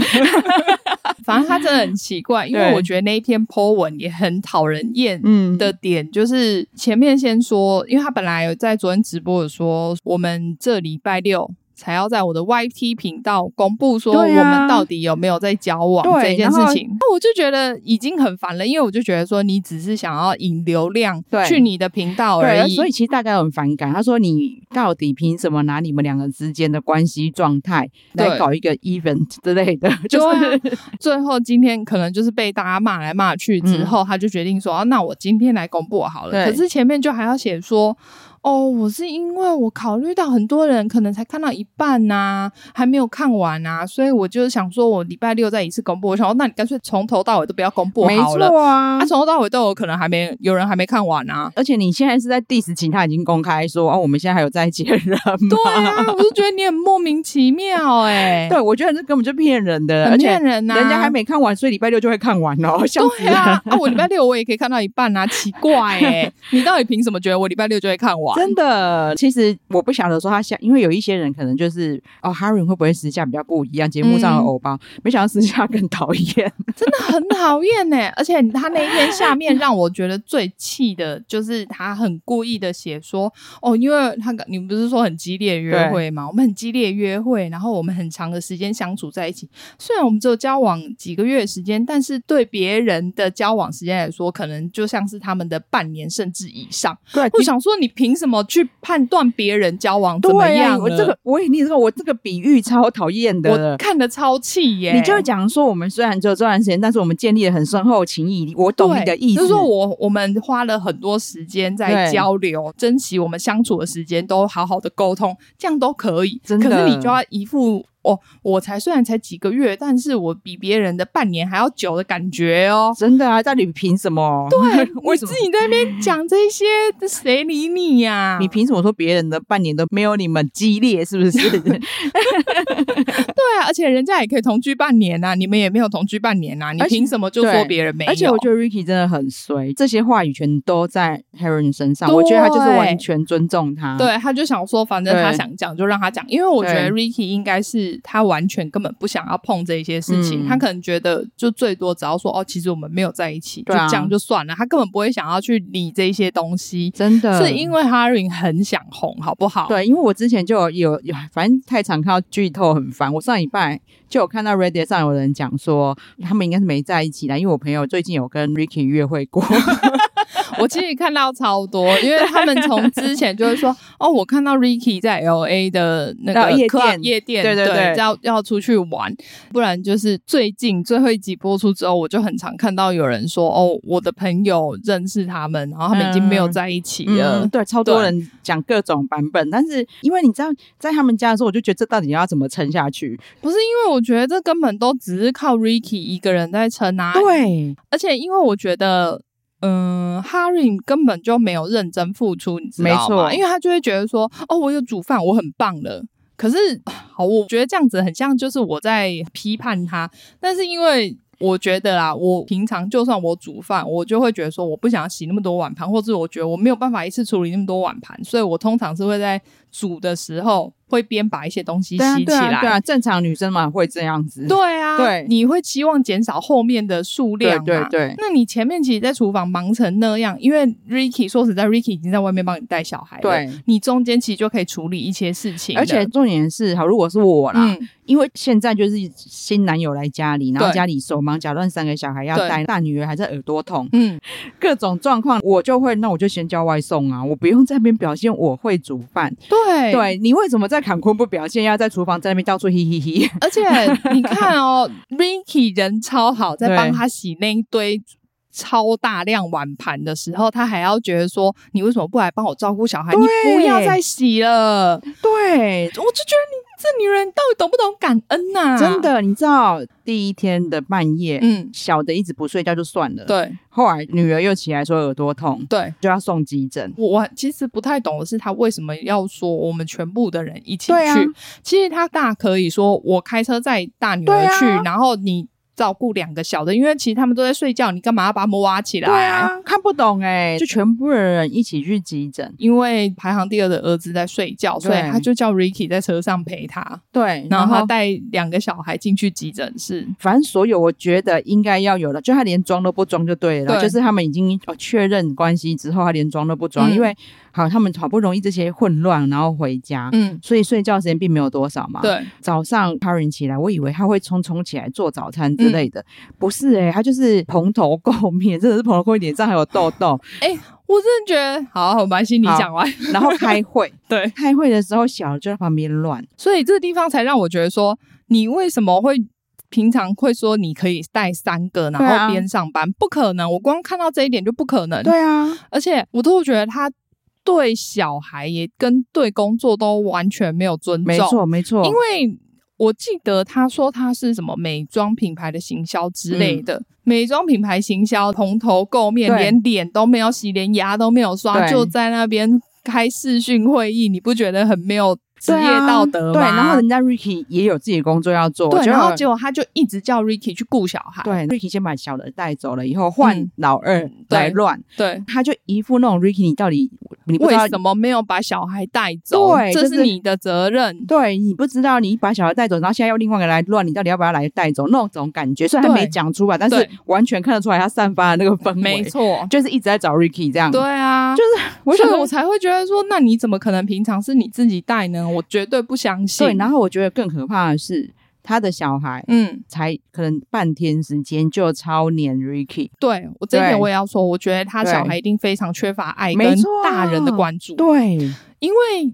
S2: 反正他真的很奇怪，因为
S1: 对
S2: 我觉得那一篇 po 文也很讨人厌。
S1: 嗯，
S2: 的点就是前面先说，因为他本来有在昨天直播有说，我们这礼拜六才要在我的 YT 频道公布说我
S1: 对啊
S2: 们到底有没有在交往
S1: 对
S2: 这件事
S1: 然后
S2: 情。那我就觉得已经很烦了，因为我就觉得说你只是想要引流量
S1: 对
S2: 去你的频道而
S1: 对，啊
S2: 已。
S1: 所以其实大家都很反感。他说：“你到底凭什么拿你们两个之间的关系状态来
S2: 对啊
S1: 搞一个 event 之类的？” 就是
S2: 最后今天可能就是被大家骂来骂去之后，他就决定说、啊，那我今天来公布好了。
S1: 嗯对
S2: 可是前面就还要写说，哦，我是因为我考虑到很多人可能才看到一半呐、还没有看完呐、所以我就想说我礼拜六再一次公布。我想说，那你干脆从头到尾都不要公布
S1: 没
S2: 好了。
S1: 错啊。
S2: 啊，。从头到尾都有可能还没有人还没看完啊
S1: 而且你现在是在 diss 其他已经公开说哦，我们现在还有在一起的人吗？
S2: 对啊，我就觉得你很莫名其妙哎、
S1: 对，我觉得这根本就骗人的，
S2: 很
S1: 而且
S2: 骗人呐、
S1: 人家还。没看完，所以礼拜六就会看完哦，笑死
S2: 对
S1: 人！
S2: 啊，啊，我礼拜六我也可以看到一半啊，奇怪哎、 你到底凭什么觉得我礼拜六就会看完？
S1: 真的，其实我不晓得说他下，因为有一些人可能就是哦，Harry 会不会私下比较不一样，节目上的
S2: 嗯
S1: 偶包，没想到私下更讨 厌。
S2: 真的很讨厌呢。而且他那一天下面让我觉得最气的就是他很故意的写说，哦，因为他你们不是说很激烈约会吗？我们很激烈约会，然后我们很长的时间相处在一起。虽然我们只有交往几个月的时间，但是对别人的交往时间来说，可能就像是他们的半年甚至以上。
S1: 对
S2: 我想说，你凭什么去判断别人交往怎么
S1: 对呀、
S2: 样呢？
S1: 我这个我也你知道，我这个比喻超讨厌
S2: 我
S1: 的。
S2: 看得超气耶！
S1: 你就讲说，我们虽然只有这段时间，但是我们建立了很深厚的情谊。我懂你的
S2: 对
S1: 意思，
S2: 就是说我我们花了很多时间在
S1: 对
S2: 交流，珍惜我们相处的时间，都好好的沟通，这样都可以。
S1: 真的
S2: 可是你就要一副哦，我才虽然才几个月，但是我比别人的半年还要久的感觉 哦。
S1: 真的啊，到底凭什么？，
S2: 对
S1: 为什么
S2: 你自己啊在那边讲这些，这谁理你呀、
S1: 你凭什么说别人的半年都没有你们激烈？ 是不是？
S2: 对啊，而且人家也可以同居半年呐、你们也没有同居半年啊呐、你
S1: 而且
S2: 凭什么就说
S1: 对
S2: 别人没有？
S1: 而且我觉得 Ricky 真的很衰，这些话语权都在 Heron 身上，我觉得他就是
S2: 对
S1: 完全尊重他。
S2: 对，他就想说，反正他
S1: 对
S2: 想讲就让他讲，因为我觉得
S1: 嗯对
S2: Ricky 应该是他完全根本不想要碰这一些事情，
S1: 嗯
S2: 他可能觉得就最多只要说哦，其实我们没有在一起，就
S1: 对啊
S2: 这样就算了，他根本不会想要去理这些东西，
S1: 真的
S2: 是因为 Harry 很想红，好不好？
S1: 对，因为我之前就有有有，反正太常看到剧透很烦。我上礼拜就有看到 Reddit 上有人
S2: 哎
S1: 讲说，他们应该是没在一起啦，因为我朋友最近有跟 Ricky 约会过。
S2: 我其实看到超多，因为他们从之前就是 说，哦，我看到 Ricky 在 L A 的那
S1: 到
S2: 个
S1: 夜
S2: club
S1: 店
S2: 夜店，
S1: 对对对
S2: 要要出去玩，不然就是最近最后一集播出之后，我就很常看到有人说，哦，我的朋友认识他们，然后他们已经没有在一起了。
S1: 嗯，对，超多
S2: 对
S1: 人讲各种版本，但是因为你知道，在他们家的时候，我就觉得这到底要怎么撑下去？
S2: 不是因为我觉得这根本都只是靠 Ricky 一个人在撑啊，
S1: 对，
S2: 而且因为我觉得，嗯、哈瑞根本就没有认真付出，你知道吗？
S1: 没错
S2: 因为他就会觉得说，哦，我有煮饭，我很棒了。可是，好，我觉得这样子很像就是我在批判他，但是因为。我觉得啦，我平常就算我煮饭，我就会觉得说我不想洗那么多碗盘，或者我觉得我没有办法一次处理那么多碗盘，所以我通常是会在煮的时候会边把一些东西
S1: 对啊，
S2: 洗起
S1: 对
S2: 来，
S1: 啊，对啊，正常女生嘛会这样子，
S2: 对啊，
S1: 对
S2: 你会期望减少后面的数量嘛？
S1: 对对对
S2: 那你前面其实，在厨房忙成那样，因为 Ricky 说实在，Ricky 已经在外面帮你带小孩了，
S1: 对，
S2: 你中间其实就可以处理一些事情了，
S1: 而且重点是，好，如果是我啦，
S2: 嗯，
S1: 因为现在就是新男友来家里，然后
S2: 对
S1: 家里手忙脚乱，三个小孩要
S2: 对
S1: 带，大女儿还在耳朵痛，
S2: 嗯
S1: 各种状况，我就会，那我就先叫外送啊，我不用在那边表现我会煮饭。
S2: 对，
S1: 对你为什么在坎昆不表现，要在厨房在那边到处嘻嘻 嘻？
S2: 而且你看哦，Ricky 人超好，在
S1: 对
S2: 帮他洗那一堆。超大量碗盘的时候，他还要觉得说：“你为什么不来帮我照顾小孩？你
S1: 对
S2: 不要再洗了。”
S1: 对，
S2: 我就觉得你这女人到底懂不懂感恩呐、
S1: 真，的，你知道第一天的半夜，
S2: 嗯，
S1: 小的一直不睡觉就算了，，
S2: 对
S1: 后来女儿又起来说耳朵痛，
S2: 对，
S1: 就要送急诊。
S2: 我我其实不太懂的是，他为什么要说我们全部的人一起去？
S1: 对啊
S2: 其实他大可以说，我开车载大女
S1: 对
S2: 儿
S1: 啊
S2: 去，然后你照顾两个小的，因为其实他们都在睡觉，你干嘛要把他们挖起来？
S1: 对啊，看不懂哎、就全部的人一起去急诊。
S2: 因为排行第二的儿子在睡觉，所以
S1: 对
S2: 他就叫 Ricky 在车上陪他，
S1: 对，
S2: 然后他带两个小孩进去急诊室。
S1: 反正所有我觉得应该要有的，就他连装都不装就对了，
S2: 对
S1: 就是他们已经哦确认关系之后，他连装都不装，
S2: 嗯
S1: 因为好他们好不容易这些混乱，然后回家。
S2: 嗯，
S1: 所以睡觉时间并没有多少嘛。，
S2: 对，
S1: 早上 Karen 起来，我以为他会匆匆起来做早餐
S2: 嗯
S1: 之类的，不是诶、他就是蓬头垢面，真的是蓬头垢面，脸上还有痘痘，
S2: 我真的觉得好，我蛮心你
S1: 好
S2: 讲完，
S1: 然后开会，
S2: 对。
S1: 开会的时候小的就在旁边乱，
S2: 所以这个地方才让我觉得说，你为什么会平常会说你可以带三
S1: 啊
S2: 个，然后边上班？不可能，我光看到这一点就不可能。，
S1: 啊，
S2: 而且我都觉得他对小孩也跟对工作都完全没有尊重，
S1: 没错没错，
S2: 因为。我记得他说他是什么美妆品牌的行销之类的，美妆品牌行销蓬头垢面，
S1: 嗯对
S2: 连脸都没有洗，连牙都没有刷，
S1: 对
S2: 就在那边开视讯会议，你不觉得很没有职
S1: 对
S2: 业
S1: 啊
S2: 道德吗？
S1: 对，然后人家 Ricky 也有自己的工作要做，
S2: 对，
S1: 就
S2: 然后结果他就一直叫 Ricky 去顾小孩，
S1: 对，Ricky 先把小的带走了，以后换
S2: 嗯
S1: 老二来
S2: 对
S1: 乱，
S2: 对，
S1: 他就一副那种 Ricky，你到底你不知
S2: 为
S1: 道
S2: 什么没有把小孩带走？
S1: 对
S2: 这
S1: 就是
S2: 你的责任。
S1: 对你不知道，你把小孩带走，然后现在又另外一个来乱，你到底要不要来带走？那种感觉虽然他
S2: 对
S1: 没讲出来，但是
S2: 对
S1: 完全看得出来他散发的那个氛围，
S2: 没，错，
S1: 就是一直在找 Ricky 这样。
S2: 对，啊，
S1: 就是
S2: 我
S1: 我
S2: 所
S1: 想
S2: 以
S1: 说
S2: 我才会觉得说，那你怎么可能平常是你自己带呢？我绝对不相信。
S1: 对，然后我觉得更可怕的是他的小孩。
S2: 嗯，
S1: 才可能半天时间就超黏 Ricky，
S2: 对我这一点
S1: 对
S2: 我也要说，我觉得他
S1: 对
S2: 小孩一定非常缺乏爱
S1: 没
S2: 跟
S1: 错啊
S2: 大人的关注，
S1: 对，
S2: 因为。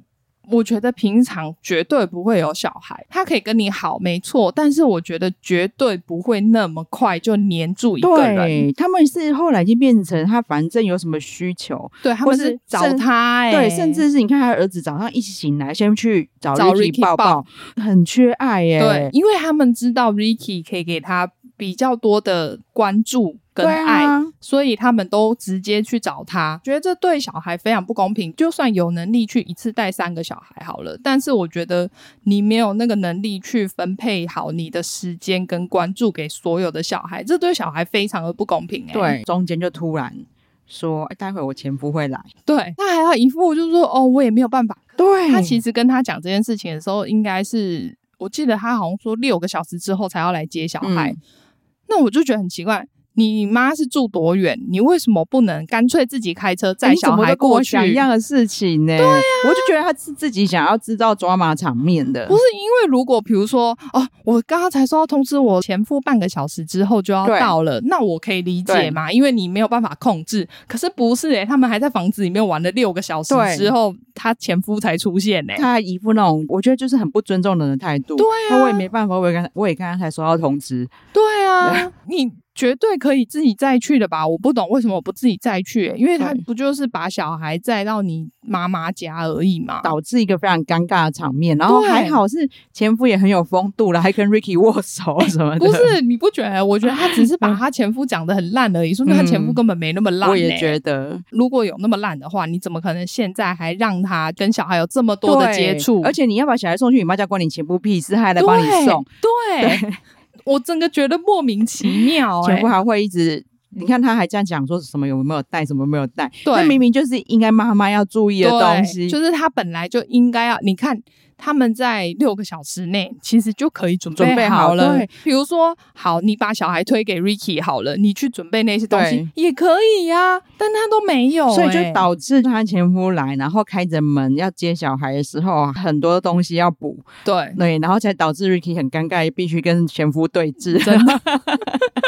S2: 我觉得平常绝对不会有小孩，他可以跟你好，没错，但是我觉得绝对不会那么快就黏住一个人。
S1: 对，他们是后来已经变成他反正有什么需求，
S2: 对，他
S1: 或
S2: 们
S1: 是
S2: 是找
S1: 甚
S2: 他、欸，
S1: 对，甚至是你看他儿子早上一醒来，先去找
S2: 找
S1: Ricky
S2: Ricky
S1: 抱抱，很缺爱耶、
S2: 对，因为他们知道 Ricky 可以给他比较多的关注跟
S1: 对
S2: 爱，
S1: 啊，
S2: 所以他们都直接去找他。觉得这对小孩非常不公平。就算有能力去一次带三个小孩好了，但是我觉得你没有那个能力去分配好你的时间跟关注给所有的小孩，这对小孩非常的不公平、欸。
S1: 对，哎中间就突然说，哎待会我前夫会来，
S2: 对，他还要一副就是说哦，我也没有办法
S1: 对
S2: 他其实跟他讲这件事情的时候，应该是
S1: 嗯
S2: 我记得他好像说六个小时之后才要来接小孩，那我就觉得很奇怪。你妈是住多远？你为什么不能干脆自己开车载
S1: 你怎
S2: 小
S1: 么
S2: 孩
S1: 都跟我
S2: 过去？啊
S1: 想一样的事情呢、我就觉得他是自己想要制造抓马场面的
S2: 不。是因为如果比如说哦，我刚刚才收到通知，我前夫半个小时之后就要
S1: 对
S2: 到了，那我可以理解
S1: 对
S2: 嘛，因为你没有办法控制。可是不是诶、他们还在房子里面玩了六个小时
S1: 对
S2: 之后，他前夫才出现呢、
S1: 他还一副那种我觉得就是很不尊重人的态度。
S2: 对
S1: 那
S2: 啊
S1: 我也没办法，我也刚我也刚刚才收到通知，
S2: 对啊， 你绝对可以自己再去的吧？我不懂为什么我不自己再去欸、因为他
S1: 对
S2: 不就是把小孩载到你妈妈家而已嘛。
S1: 导致一个非常尴尬的场面。然后
S2: 对
S1: 还好是前夫也很有风度了，还 跟 Ricky 握手啊什么的。
S2: 哎不，是你不觉得？我觉得他只是把他前夫讲的很烂 而已，说明他前
S1: 嗯
S2: 夫根本没那么烂、欸。
S1: 我也觉得
S2: 如果有那么烂的话，你怎么可能现在还让他跟小孩有这么多的接触？
S1: 对而且你要把小孩送去你妈家，关你前夫屁事，他还来帮你送，
S2: 对， 对我真的觉得莫名其妙、欸。
S1: 前夫还会一直。你看他还这样讲说什么有没有带，什么没有带，
S2: 对
S1: 那明明就是应该妈妈要注意的
S2: 对
S1: 东西，
S2: 就是他本来就应该要，你看。他们在六个小时内其实就可以准
S1: 准备
S2: 好
S1: 好
S2: 了
S1: 对。
S2: 比如说，好，你把小孩推给 Ricky 好了，你去准备那些东西
S1: 对
S2: 也可以呀、但他都没有、
S1: 所以就
S2: 欸
S1: 导致她前夫来，然后开着门要接小孩的时候，很多东西要补，
S2: 对
S1: 对，然后才导致 Ricky 很尴尬，必须跟前夫对峙。
S2: 真的，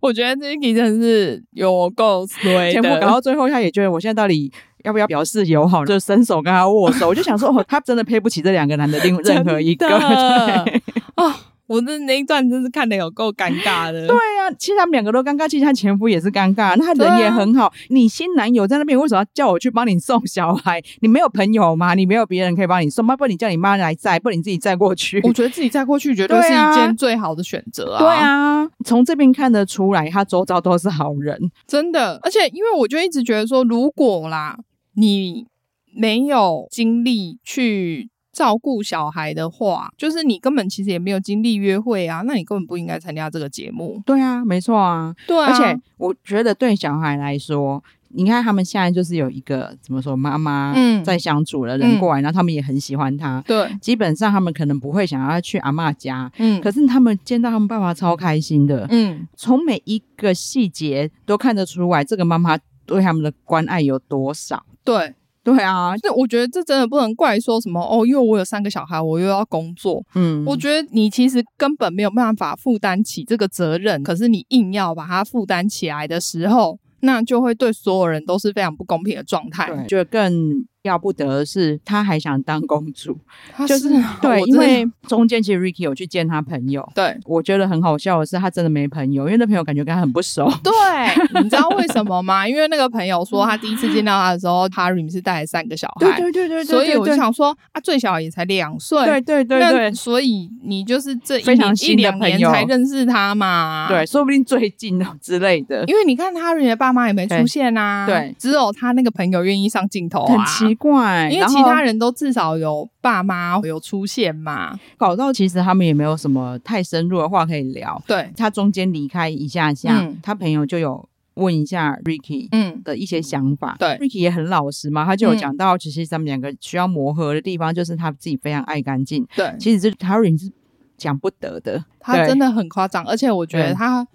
S2: 我觉得 Ricky 真的是有够衰
S1: 前夫
S2: 的，
S1: 搞到最后，他也觉得我现在到底要不要表示友好，就伸手跟他握手。我就想说，哦，他真的配不起这两个男的另任何一个。
S2: 真的
S1: 对
S2: 啊！我那那一段真是看的有够尴尬的，
S1: 对啊，其实他们两个都尴尬，其实他前夫也是尴尬，那他人
S2: 啊
S1: 也很好。你新男友在那边，为什么要叫我去帮你送小孩？你没有朋友吗？你没有别人可以帮你送吗？不然你叫你妈来载，不然你自己载过去。
S2: 我觉得自己再过去绝对
S1: 对
S2: 是一
S1: 啊
S2: 件最好的选哦择啊！
S1: 对，啊，从这边看得出来，他周遭都是好人。
S2: 真的，而且因为我就一直觉得说，如果啦，你没有精力去。照顾小孩的话，就是你根本其实也没有精力约会啊，那你根本不应该参加这个节目。
S1: 对啊，没错啊。
S2: 对啊，
S1: 而且我觉得对小孩来说，你看他们现在就是有一个怎么说妈妈
S2: 嗯
S1: 在相处的
S2: 嗯
S1: 人过来，然后他们也很喜欢他。
S2: 对，
S1: 基本上他们可能不会想要去阿嬷家，
S2: 嗯
S1: 可是他们见到他们爸爸超开心的。
S2: 嗯，
S1: 从每一个细节都看得出来，这个妈妈对他们的关爱有多少。
S2: 对，
S1: 对啊，
S2: 这我觉得这真的不能怪说什么哦，因为我有三个小孩，我又要工作。
S1: 嗯，
S2: 我觉得你其实根本没有办法负担起这个责任，可是你硬要把它负担起来的时候，那就会对所有人都是非常不公平的状态
S1: 对。觉得更要不得的是，她还想当公主。
S2: 他
S1: 就是对，因为中间其实 Ricky 有去见他朋友，
S2: 对
S1: 我觉得很好笑的是，他真的没朋友，因为那朋友感觉跟他很不熟。
S2: 对，你知道为 什么吗？因为那个朋友说他第一次见到他的时候，Harry 是带了三个小孩，
S1: 嗯对对
S2: 所以我就想说啊，最小也才两岁，
S1: 对对对
S2: 那
S1: 对
S2: 所以你就是这一
S1: 非常
S2: 年一
S1: 新的
S2: 两
S1: 朋
S2: 年
S1: 友
S2: 才认识他嘛，
S1: 对，说不定最近哦之类的，
S2: 因为你看他人的爸妈也没出
S1: 对
S2: 现啊，
S1: 对
S2: 只有他那个朋友愿意上镜头啊，
S1: 很奇怪。
S2: 因为
S1: 然
S2: 其
S1: 后
S2: 他人都至少有爸妈有出现嘛，
S1: 搞到其实他们也没有什么太深入的话可以聊。
S2: 对，
S1: 他中间离开一下下，
S2: 嗯
S1: 他朋友就有问一下 Ricky。
S2: 嗯，
S1: 的一些想法，
S2: 对
S1: ，Ricky 也很老实嘛，他就有
S2: 嗯
S1: 讲到，其实他们两个需要磨合的地方，就是他自己非常爱干净，
S2: 对，
S1: 其实这 Harry 是讲不得的，
S2: 他
S1: 对
S2: 真的很夸张，而且我觉得
S1: 对嗯
S2: 他。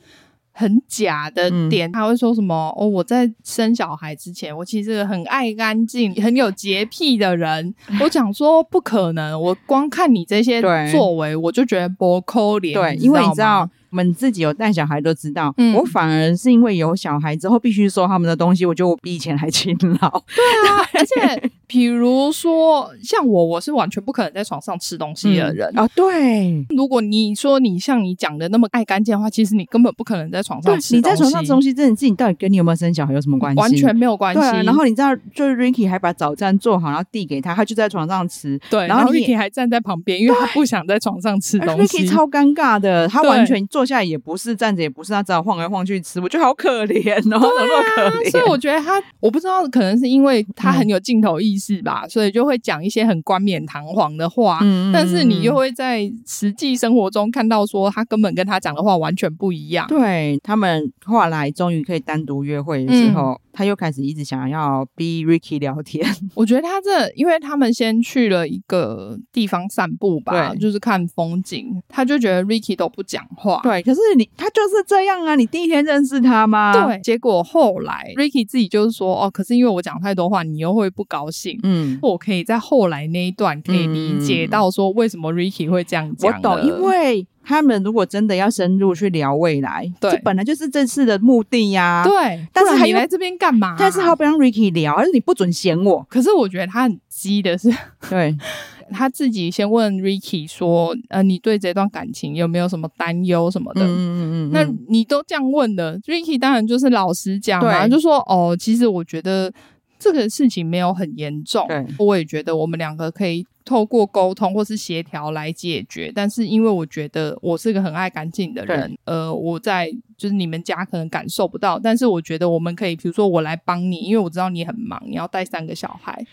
S2: 很假的点，他会说什么？哦，我在生小孩之前，我其实很爱干净、很有洁癖的人。我想说，不可能！我光看你这些
S1: 对
S2: 作为，我就觉得不扣脸。
S1: 对，因为你知
S2: 吗
S1: 道，我们自己有带小孩都知道，
S2: 嗯
S1: 我反而是因为有小孩之后必须收他们的东西，我觉得我比以前还勤劳。
S2: 对啊，而 且比如说像我，我是完全不可能在床上吃东西的人。
S1: 啊、对，
S2: 如果你说你像你讲的那么爱干净的话，其实你根本不可能在床上
S1: 对
S2: 吃，
S1: 你在床上吃东
S2: 西
S1: 西，真的自己到底跟你有没有生小孩有什么关系？
S2: 完全没有关系。
S1: 对啊。然后你知道，就是 Ricky 还把早餐做好，然后递给他，他就在床上吃。
S2: 对，
S1: 然
S2: 然
S1: 后
S2: 后
S1: 你也
S2: Ricky 还站在旁边，因为他不想在床上吃
S1: 而
S2: 东西
S1: Ricky。超哎尴尬的，他
S2: 对
S1: 完全坐下来也不是，站着也不是，他只好晃来晃去吃，我觉得好可怜哦，怎么那么可怜？嗯
S2: 所以我觉得他，我不知道，可能是因为他很有镜头意识吧，所以就会讲一些很冠冕堂皇的话。
S1: 嗯嗯嗯
S2: 但是你又会在实际生活中看到，说他根本跟他讲的话完全不一样。
S1: 对他们后来终于可以单独约会的时候，他又开始一直想要逼 Ricky 聊天，
S2: 我觉得他这，因为他们先去了一个地方散步吧，
S1: 对
S2: 就是看风景，他就觉得 Ricky 都不讲话。
S1: 对，可是你他就是这样啊，你第一天认识他吗？
S2: 对，，结果后来 Ricky 自己就是说，哦，可是因为我讲太多话，你又会不高兴。
S1: 嗯，
S2: 我可以在后来那一段可以理解到说为什么 Ricky 会这样
S1: 我
S2: 讲了，
S1: 懂，因为他们如果真的要深入去聊未来，
S2: 对
S1: 这本来就是这次的目的呀、
S2: 对，
S1: 啊但是
S2: 不然
S1: 他
S2: 你
S1: 又
S2: 来这边干嘛？啊
S1: 但是他不让 Ricky 聊，而是你不准嫌我。
S2: 可是我觉得他很鸡的是，
S1: 对，
S2: 他自己先问 Ricky 说：“呃，你对这段感情有没有什么担忧什么的？”
S1: 嗯嗯嗯嗯，
S2: 那你都这样问了，Ricky 当然就是老实讲嘛，
S1: 对
S2: 就说：“哦，其实我觉得这个事情没有很严重
S1: 对，
S2: 我也觉得我们两个可以透过沟通或是协调来解决。但是因为我觉得我是个很爱干净的人，呃，我在就是你们家可能感受不到，但是我觉得我们可以，比如说我来帮你，因为我知道你很忙，你要带三个小孩。”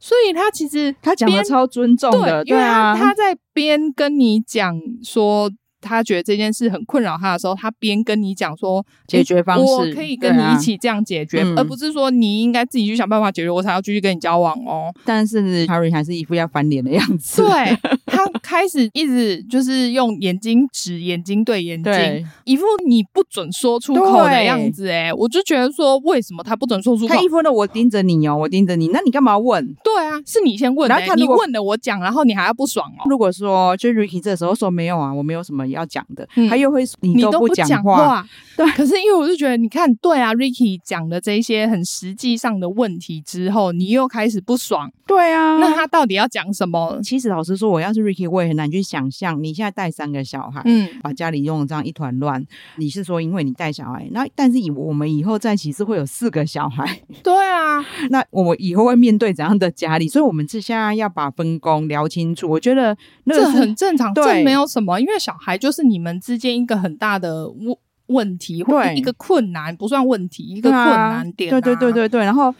S2: 所以他其实
S1: 他讲的
S2: 边
S1: 超尊重的，
S2: 因为他
S1: 啊，
S2: 他在边跟你讲说。他觉得这件事很困扰他的时候，他边跟你讲说
S1: 解决方式
S2: 我可以跟你
S1: 对啊
S2: 一起这样解决，
S1: 嗯
S2: 而不是说你应该自己去想办法解决，我才要继续跟你交往 哦。
S1: 但是 Harry 还是一副要翻脸的样子。
S2: 对他开始一直就是用眼睛指眼睛对眼睛，
S1: 对，
S2: 一副你不准说出口的
S1: 对
S2: 样子。哎，我就觉得说，为什么他不准说出口
S1: 他？一副的我盯着你哦，我盯着你，那你干嘛问？
S2: 对啊，是你先问的、
S1: 然后他
S2: 你
S1: 如果
S2: 问了我讲，然后你还要不爽哦。
S1: 如果说就 Ricky 这时候说没有啊，我没有什么要讲的，
S2: 嗯
S1: 他又会说你
S2: 你
S1: 都
S2: 都
S1: 不
S2: 讲
S1: 讲话，，
S2: 对。可是因为我就觉得，你看，对啊，Ricky 讲的这些很实际上的问题之后，你又开始不爽，
S1: 对啊，
S2: 那他到底要讲什么？
S1: 其实老实说，我要是 Ricky，我也很难去想象你现在带三个小孩。
S2: 嗯，
S1: 把家里弄得这样一团乱，你是说因为你带小孩？那但是以我们以后在一起是会有四个小孩，
S2: 对啊，
S1: 那我们以后会面对怎样的家里？所以我们这现在要把分工聊清楚。我觉得那
S2: 这
S1: 个是
S2: 很正常，
S1: 对
S2: 这没有什么，因为小孩就是你们之间一个很大的问问题，或
S1: 对
S2: 一个困难，不算问题，一
S1: 一
S2: 个困难点、
S1: 啊
S2: 啊
S1: 对对对，对对。然后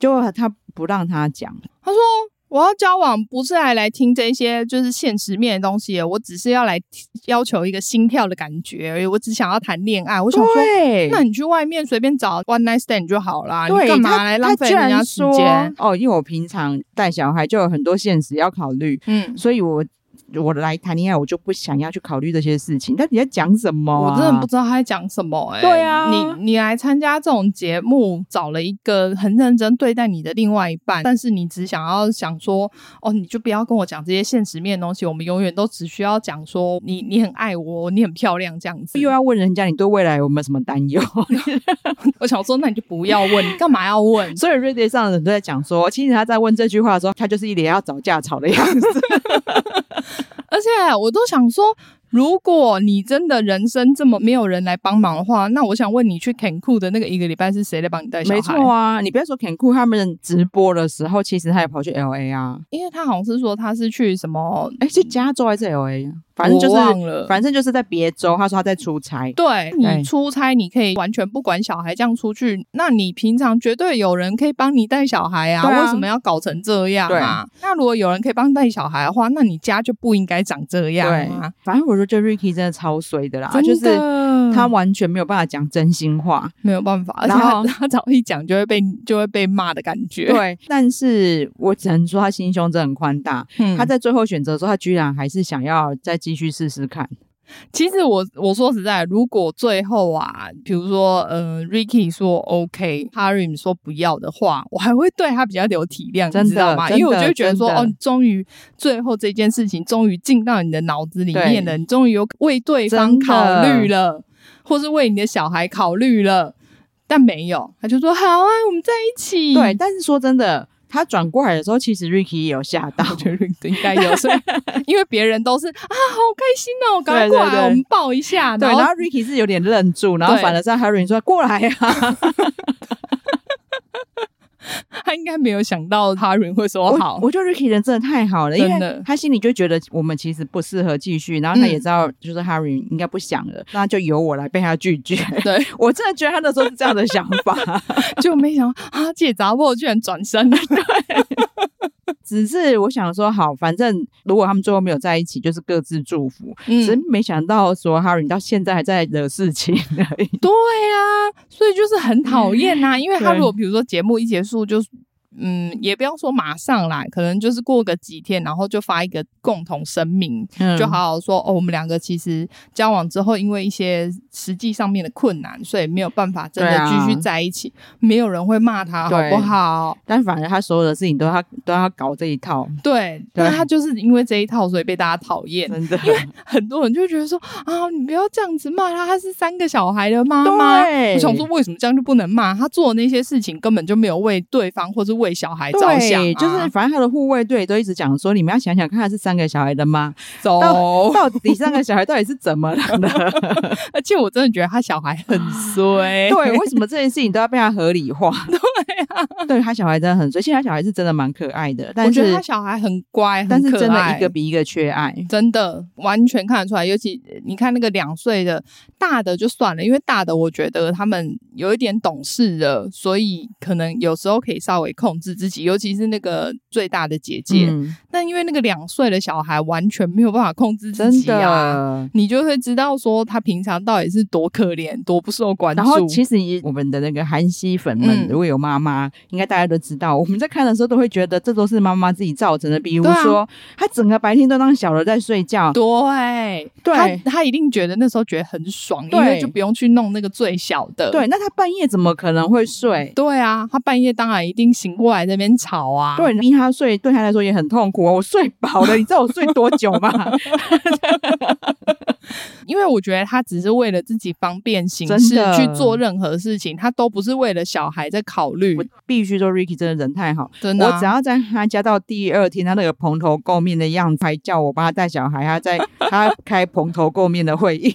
S1: 就他不让他讲，
S2: 他说。我要交往不是来来听这些就是现实面的东西的，我只是要来要求一个心跳的感觉而已，我只想要谈恋爱。我想说，
S1: 对，
S2: 那你去外面随便找 one night stand 就好啦，你
S1: 对
S2: 干嘛
S1: 他
S2: 来浪
S1: 他
S2: 费
S1: 居
S2: 人
S1: 然
S2: 家时
S1: 说
S2: 间？
S1: 哦，因为我平常带小孩就有很多现实要考虑，
S2: 嗯，
S1: 所以我我来谈恋爱，我就不想要去考虑这些事情。到底在讲什么、啊
S2: 我真的不。知道他在讲什么哎、
S1: 对啊
S2: 你你来参加这种节目，找了一个很认真对待你的另外一半，但是你只想要想说，哦，你就不要跟我讲这些现实面的东西，我们永远都只需要讲说你你很爱我，你很漂亮这样子。
S1: 又要问人家你对未来有没有什么担忧？
S2: 我想说，那你就不要问，你干嘛要问？
S1: 所以 Reddit 上的人都在讲说，其实他在问这句话的时候，他就是一脸要找架吵的样子。
S2: 而且我都想说，如果你真的人生这么没有人来帮忙的话，那我想问你去 Cancun 的那个一个礼拜是谁来帮你带小孩？
S1: 没错啊，你不要说 Cancun 他们直播的时候，其实他也跑去 LA 啊，
S2: 因为他好像是说他是去什么，
S1: 哎，是加州还是 LA 啊？反正就
S2: 我
S1: 是
S2: 忘了，
S1: 反哎正就是在别州，他说他在出差。
S2: 对
S1: 对
S2: 你出差，你可以完全不管小孩这样出去，那你平常绝对有人可以帮你带小孩啊，
S1: 对啊
S2: 为什么要搞成这样啊？那如果有人可以帮你带小孩的话，那你家就不应该长这样
S1: 对
S2: 啊！，
S1: 反正我就觉得 Ricky 真的超衰的啦，
S2: 真
S1: 就
S2: 的
S1: 是他完全没有办法讲真心话。
S2: 没有办法，而且
S1: 然后
S2: 他他早一讲就会被就会被骂的感觉。，
S1: 对，但是我只能说他心胸真的很宽大。
S2: 嗯、
S1: 他在最后选择的时候，他居然还是想要再继续试试看。
S2: 其实我我说实在，如果最后啊，比如说呃，Ricky 说 OK，Harim 说不要的话，我还会对他比较有体谅，
S1: 真的
S2: 你知道吗？
S1: 真的
S2: 因为我就会觉得说，
S1: 真的
S2: 哦，终于最后这件事情终于进到你的脑子里面了，你终于有为对方
S1: 真的
S2: 考虑了，或是为你的小孩考虑了，但没有，他就说好啊，我们在一起。
S1: 对，，但是说真的，他转过来的时候，其实 Ricky 也有吓 到。
S2: 我觉得应该 有，所以因为别人都是啊，好开心哦，赶快
S1: 对
S2: 过来，
S1: 对对
S2: 我们抱一下，
S1: 对，
S2: 然后
S1: 然后 Ricky 是有点愣住，然后
S2: 对
S1: 反而是 Harry 说过来啊，
S2: 他应该没有想到哈伦会说
S1: 我
S2: 好。
S1: 我觉得 Ricky 人真的太好了，因
S2: 真
S1: 为
S2: 的
S1: 他心里就觉得我们其实不适合继续，然后他也
S2: 嗯
S1: 知道就是 Harry 应该不想了，那就由我来被他拒绝。
S2: 对，
S1: 我真的觉得他那时候是这样的想法。
S2: 就没想到啊，姐杂货居然转身了。
S1: 只是我想说，好，反正如果他们最后没有在一起，就是各自祝福。只是
S2: 嗯，
S1: 没想到说哈 a 到现在还在惹事情而已。
S2: 对啊，所以就是很讨厌呐，因为
S1: 嗯
S2: 他
S1: 对
S2: 如果比如说节目一结束就。嗯，也不要说马上啦，可能就是过个几天，然后就发一个共同声明，
S1: 嗯
S2: 就好好说哦，我们两个其实交往之后，因为一些实际上面的困难，所以没有办法真
S1: 对
S2: 的
S1: 啊
S2: 继续在一起，没有人会骂他，好
S1: 对
S2: 不好？
S1: 但反而他所有的事情都要都要搞这一套，
S2: 对，
S1: 对
S2: 那他就是因为这一套，所以被大家讨厌。
S1: 真的。
S2: 很多人就会觉得说啊，你不要这样子骂他，他是三个小孩的妈妈。
S1: 对
S2: 我想说，为什么这样就不能骂？他做的那些事情根本就没有为对方或是为小孩着想、啊
S1: 对，就是反正他的护卫队都一直讲说，你们要想想看，他是三个小孩的妈，
S2: 走。
S1: 到到底三个小孩到底是怎么了 呢？
S2: 而且我真的觉得他小孩 很衰。
S1: 对，为什么这件事情都要被他合理化？对啊，对他小孩真的很衰，现在小孩是真的蛮可爱的，
S2: 我
S1: 但
S2: 觉得
S1: 是
S2: 他小孩很乖，
S1: 但是
S2: 很可
S1: 真的
S2: 爱
S1: 一个比一个缺爱。
S2: 真的完全看得出来，尤其呃你看那个两岁的大的就算了，因为大的我觉得他们有一点懂事了，所以可能有时候可以稍微控制自己，尤其是那个最大的姐姐。
S1: 嗯，
S2: 但因为那个两岁的小孩完全没有办法控制自
S1: 真
S2: 己啊，
S1: 的。
S2: 你就会知道说他平常到底是多可怜，多不受关注。
S1: 然后，其实也我们的那个韩系粉们，
S2: 嗯
S1: 如果有妈妈，应该大家都知道，我们在看的时候都会觉得这都是妈妈自己造成的。比如
S2: 对啊
S1: 说，她整个白天都当小的在睡觉，
S2: 对，
S1: 对
S2: 他他一定觉得那时候觉得很爽，因
S1: 对
S2: 为就不用去弄那个最小的。
S1: 对，那她半夜怎么可能会睡？
S2: 对啊，他半夜当然一定醒过来在那边吵啊。
S1: 对，逼她睡，对她来说也很痛苦、哦。我睡饱 了，你知道我睡多久吗？
S2: 因为我觉得他只是为了自己方便行
S1: 真
S2: 事
S1: 的
S2: 去做任何事情，他都不是为了小孩在考虑
S1: 我。必须说，Ricky 真的人太好了
S2: 真的啊、
S1: 我只要在他家到第二天，他那个蓬头垢面的样子，还叫我帮他带小孩，他 在他开蓬头垢面的会议，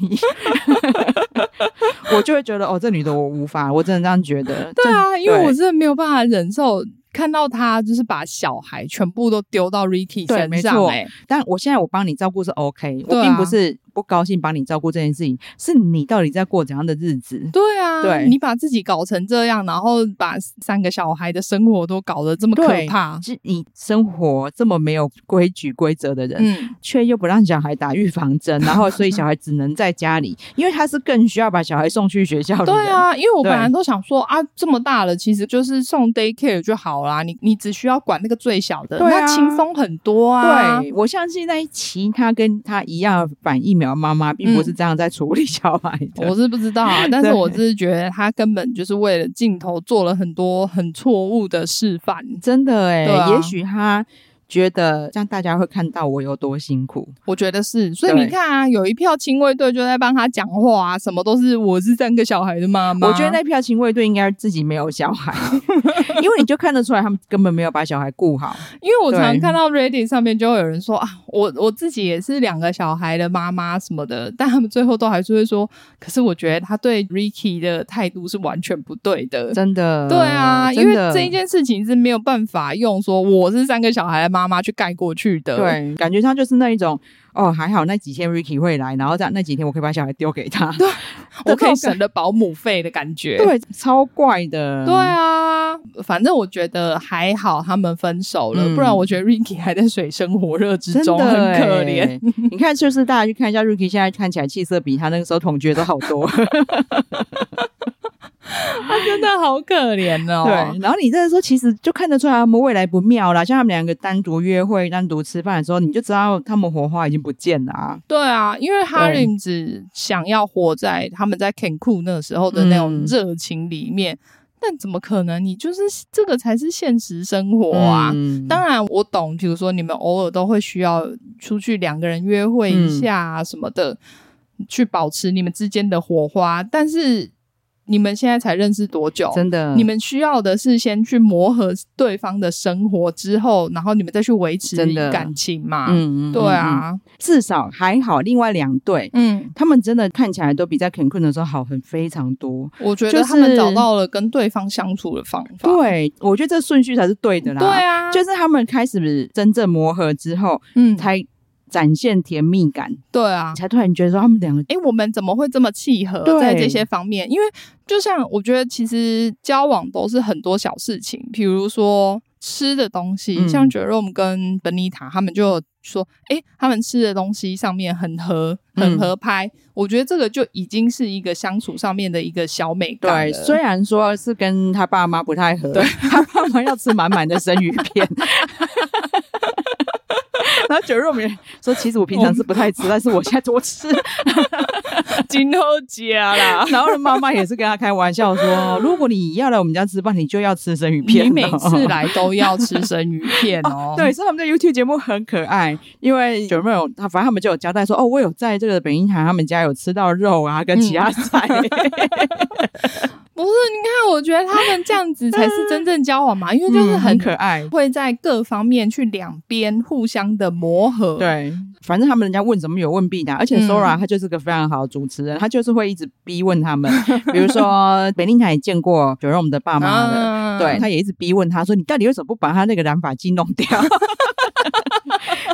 S1: 我就会觉得哦，这女的我无法，我真的这样觉得。
S2: 对啊，
S1: 这
S2: 因为我
S1: 对
S2: 真的没有办法忍受看到他就是把小孩全部都丢到 Ricky
S1: 对
S2: 身
S1: 没
S2: 上、
S1: 错
S2: 哎，
S1: 但我现在我帮你照顾是 OK，、
S2: 对
S1: 我
S2: 啊
S1: 并不是不高兴帮你照顾这件事情，是你到底在过怎样的日子？
S2: 对啊，
S1: 对
S2: 你把自己搞成这样，然后把三个小孩的生活都搞得这么可
S1: 对
S2: 怕，
S1: 是你生活这么没有规矩规则的人，
S2: 嗯，
S1: 却又不让小孩打预防针，然后所以小孩只能在家里，因为他是更需要把小孩送去学校的人。
S2: 对啊，因为我
S1: 对
S2: 本来都想说啊，这么大了，其实就是送 daycare 就好啦，你你只需要管那个最小的，
S1: 对啊
S2: 那轻松很多啊。
S1: 对，我相信在其他跟他一样反疫苗妈妈，并不是这样在处理小孩的。
S2: 嗯我是不知道啊，但
S1: 对
S2: 是我只是觉得他根本就是为了镜头做了很多很错误的示范。
S1: 真的哎、
S2: 对啊
S1: 也许他觉得这样大家会看到我有多辛苦。
S2: 我觉得是，所以
S1: 对
S2: 你看啊，有一票亲卫队就在帮他讲话啊，什么都是我是三个小孩的妈妈。
S1: 我觉得那票亲卫队应该自己没有小孩， 因为你就看得出来他们根本没有把小孩顾 好。
S2: 因为我常
S1: 对
S2: 看到 Reddit 上面就会有人说啊，我我自己也是两个小孩的妈妈什么的，但他们最后都还是会说，可是我觉得他对 Ricky 的态度是完全不对的。
S1: 真的，
S2: 对啊，因
S1: 真
S2: 为
S1: 的
S2: 这一件事情是没有办法用说我是三个小孩的妈妈去盖过去的。，
S1: 对，感觉上就是那一种哦，还好那几天 Ricky 会来，然后这样那几天我可以把小孩丢给他。对，
S2: 我可以省了保姆费的感觉。
S1: 对，超怪的。
S2: 对啊，反正我觉得还好他们分手了，
S1: 嗯
S2: 不然我觉得 Ricky 还在水深火热之
S1: 真
S2: 中，
S1: 的
S2: 很可
S1: 欸
S2: 怜。。
S1: 你看，就是大家去看一下 Ricky，现在看起来气色比他那个时候同居都好 多。
S2: 他 真的好可怜哦。
S1: 对，然后你这个时候其实就看得出来他们未来不妙啦，像他们两个单独约会、单独吃饭的时候，你就知道他们火花已经不见了啊。
S2: 对啊，因为哈林只想要活在他们在 Cancun 那时候的那种
S1: 嗯
S2: 热情里面，但怎么可能？你就是这个才是现实生活啊！
S1: 嗯
S2: 当然，我懂，比如说你们偶尔都会需要出去两个人约会
S1: 嗯
S2: 一下啊什么的，去保持你们之间的火花。但是你们现在才认识多久？
S1: 真的，
S2: 你们需要的是先去磨合对方的生活之后，然后你们再去维持
S1: 真的
S2: 感情嘛？
S1: 嗯嗯
S2: 对，
S1: 嗯嗯
S2: 啊，
S1: 至少还好，另外两对。
S2: 嗯，
S1: 他们真的看起来都比在 Cancun 的时候好很非常多。
S2: 我觉
S1: 就
S2: 得他们
S1: 是
S2: 找到了跟对方相处的方法。
S1: 对，我觉得这顺序才是对的啦。
S2: 对啊，
S1: 就是他们开始真正磨合之后，
S2: 嗯，
S1: 才展现甜蜜感，
S2: 对啊。
S1: 才突然觉得说他们两个
S2: 诶，我们怎么会这么契合
S1: 对
S2: 在这些方面？因为就像我觉得，其实交往都是很多小事情，比如说。吃的东西，
S1: 嗯
S2: 像 Jerome 跟 Benita 他们就有说，诶，他们吃的东西上面很合，很
S1: 嗯
S2: 合拍。我觉得这个就已经是一个相处上面的一个小美 感
S1: 对，
S2: 了。
S1: 虽然说是跟他爸妈不太合， 他爸妈要吃满满的生鱼片。 然后九肉米说：“其实我平常是不太吃，但是我现在多 吃。。
S2: 今后家 啦
S1: 然后妈妈也是跟他开玩笑说：“如果你要来我们家吃饭，你就要吃生鱼片、
S2: 你每次来都要吃生鱼 片
S1: 哦
S2: 哦，
S1: 对，所以他们的 YouTube 节目很可爱，因为九妹有他，反正他们就有交代说，哦，我有在这个北英堂他们家有吃到肉啊，
S2: 嗯
S1: 跟其他 菜，
S2: 不是，你看，我觉得他们这样子才是真正交往嘛，因为就是
S1: 嗯
S2: 很
S1: 很可爱。
S2: 会在各方面去两边互相的磨合。，啊
S1: 对，反正他们人家问什么有问必答，而且
S2: 嗯
S1: Sora 她就是个非常好的主持人，她就是会一直逼问他们， 比如说北令台也见过九 e 的爸妈的，
S2: 啊
S1: 对，，她也一直逼问他说，你到底为什么不把他那个染发剂弄掉？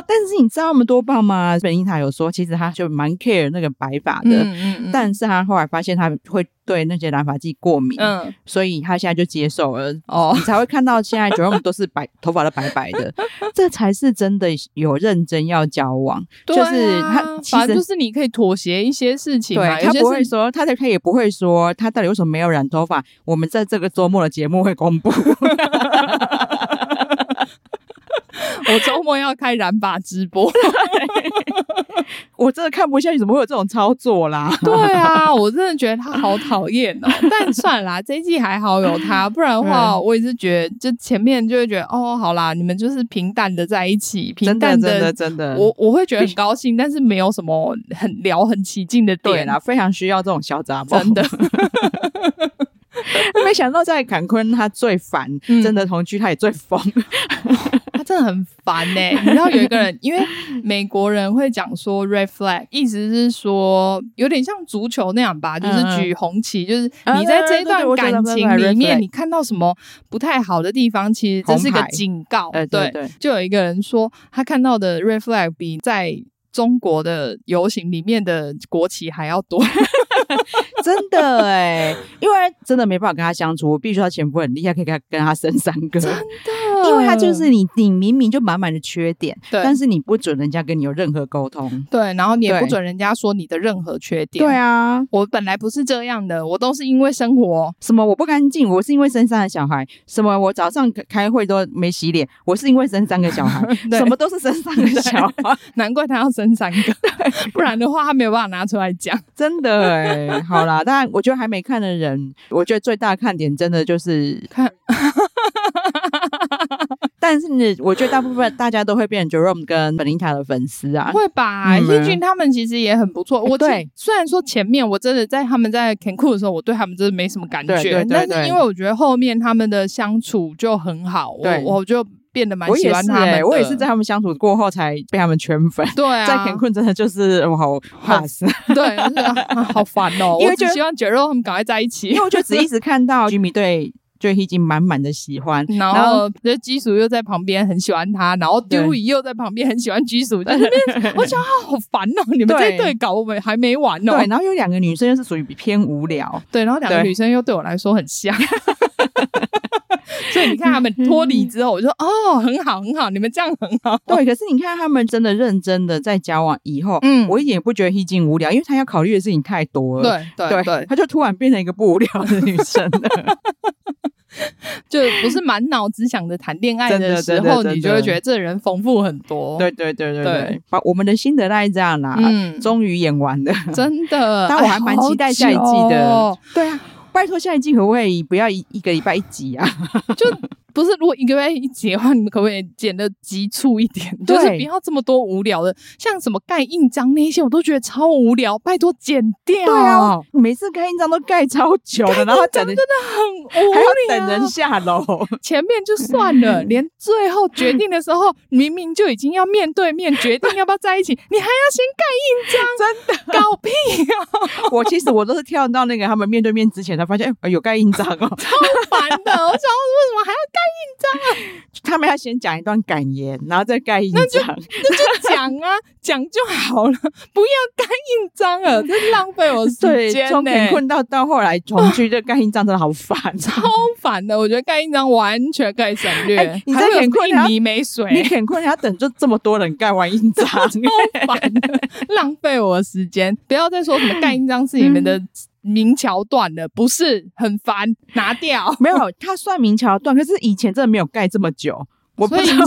S1: 但是你知道那么多棒吗？北令台有说，其实他就蛮 care 那个白发的，
S2: 嗯嗯嗯，
S1: 但是他后来发现他会对那些染发剂过敏，
S2: 嗯
S1: 所以他现在就接受了。
S2: 哦
S1: 你，才会看到现在 Jerome 都是白头发都白白 的，这才是真的有认真要交往。
S2: 对啊
S1: 就是他其实
S2: 反正就是你可以妥协一些事情嘛，
S1: 对
S2: 有
S1: 他
S2: 些
S1: 不会
S2: 事
S1: 说，他他也不会说他到底为什么没有染头发。我们在这个周末的节目会公布。
S2: 我周末要开染发直播。
S1: 我真的看不下去，怎么会有这种操作啦？
S2: 对啊，我真的觉得他好讨厌 哦。但算啦，这一季还好有他，不然的话，我也是觉得，就前面就会觉得，哦，好啦，你们就是平淡的在一起， 平
S1: 真的
S2: 淡
S1: 真的真的，
S2: 我我会觉得很高兴，但是没有什么很聊很起劲的
S1: 对
S2: 点
S1: 啦，。非常需要这种小杂包。
S2: 真的，
S1: 没想到在坎昆他最烦，
S2: 嗯哦
S1: 真的同居他也最疯。
S2: 他真的很烦呢、你知道有一个人，因为美国人会讲说 red flag，意思是说有点像足球那样吧，就是举红旗，就是你在这
S1: 嗯啊对
S2: 一
S1: 对对
S2: 段
S1: 我知道
S2: 感
S1: 知道
S2: 情
S1: 知道
S2: 里
S1: red flag
S2: 面，你看到什么不太好的地方，其实这是个
S1: 红牌
S2: 警告。
S1: 呃 对对
S2: 就有一个人说，他看到的 red flag 比在中国的游行里面的国旗还要多。
S1: 真的哎、因为真的没办法跟他相处，我必须要前夫很厉害，可以跟他跟他生三个。 因为他就是你，你明明就满满的缺点，
S2: 嗯对
S1: 但是你不准人家跟你有任何沟通。
S2: 对，然后你也不
S1: 对
S2: 准人家说你的任何缺点。
S1: 对，啊，
S2: 我本来不是这样的，我都是因为生活。
S1: 什么我不干净，我是因为生三个小孩；什么我早上开会都没洗脸，我是因为生三个小孩
S2: ，对
S1: 什么都是生三个 小孩，
S2: 难怪他要生 三个，不然的话他没有办法拿出来讲。
S1: 真 的哎、好啦，当然我觉得还没看的人，我觉得最大的看点真的就是
S2: 看，
S1: 但是你我觉得大部分大家都会变成 Jerome 跟 Benita 的粉丝啊，
S2: 会吧？
S1: 嗯哎
S2: 叶俊他们其实也很不错。我其
S1: 对，
S2: 虽然说前面我真的在他们在 Cancun 的时候，我对他们真的没什么感觉，
S1: 对对对
S2: 但
S1: 对
S2: 是因为我觉得后面他们的相处就很好，我
S1: 对
S2: 我就变得蛮
S1: 我
S2: 喜
S1: 也
S2: 欢
S1: 是
S2: 他们
S1: 哎、
S2: 的
S1: 我也是在他们相处过后才被他们圈粉。
S2: 对啊，
S1: 在 Cancun 真的就是我好怕死，
S2: 对，就是啊好烦哦、
S1: 因为
S2: 我只
S1: 就
S2: 希望 j e r o 他们赶快在一起
S1: 因为。我就只一直看到 Jimmy 对对 Hee 满满的喜欢，
S2: 然
S1: 然
S2: 后
S1: 后
S2: 这基鼠又在旁边很喜欢他，然后
S1: 对
S2: 丢乙又在旁边很喜欢 基鼠，在那边我想啊好烦哦、你们这一
S1: 对
S2: 对搞我们还没完哦、
S1: 对，然后有两个女生又是属于偏无聊，
S2: 对，然后两个
S1: 对
S2: 女生又对我来说 很像。所以你看他们脱
S1: 嗯
S2: 离之后，我就说哦，很好，很好，你们这样很好。
S1: 对。可是你看他们真的认真的在交往以后，
S2: 哦嗯
S1: 我一点也不觉得 Hee 无聊，因为他要考虑的事情太多了。
S2: 对对对，
S1: 他就突然变成一个不无聊的女生 了。
S2: 就不是满脑子想着谈恋爱
S1: 真
S2: 的
S1: 的
S2: 时
S1: 真的
S2: 候，
S1: 真的
S2: 你就会觉得这人丰富很多。，
S1: 对对对对
S2: 对
S1: 对，把我们的心得大概这样啦，
S2: 嗯
S1: 终于演完 了。
S2: 真的。
S1: 但我还
S2: 哎
S1: 蛮期待下一季的。
S2: 好久哦
S1: 对啊，拜托下一季可不可以不要一一个礼拜一集 啊？
S2: 不是，如果一个月一集的话，你们可不可以剪的急促一点？
S1: 对
S2: 就是不要这么多无聊的，像什么盖印章那一些，我都觉得超无聊，拜托剪掉。
S1: 对啊，每次盖印章都盖超久 的，然后等人
S2: 很无
S1: 还要。
S2: 聊
S1: 等 人下楼。
S2: 前面就算了，连最后决定的时候，明明就已经要面对面决定要不要在一起，你还要先盖印章，真的搞屁啊呀、
S1: 我其实我都是跳到那个他们面对面之前才发现，哎、有盖印章哦。
S2: 好烦的！我想说为什么还要盖
S1: 他他们要先讲一段感言，然后再盖印
S2: 那就
S1: 章。
S2: 那就讲啊，讲就好了，不要盖印章了，这浪费我时
S1: 对，
S2: 间
S1: 从
S2: 呢、
S1: 贫困到到后来重聚，这盖印章真的好烦。啊
S2: 超烦的，我觉得盖印章完全可以省略。
S1: 哎你
S2: 还
S1: 在
S2: 会有
S1: 眼眶
S2: 印
S1: 还要
S2: 尼没水，
S1: 你很困，要等就这么多人盖完印 章，
S2: 超烦的， 浪费我的时间。不要再说什么盖印章是你们的名桥段了，不是很烦，拿掉。
S1: 没有，他算明桥段，可是以前真的没有盖这么久。我不
S2: 所以
S1: 知道，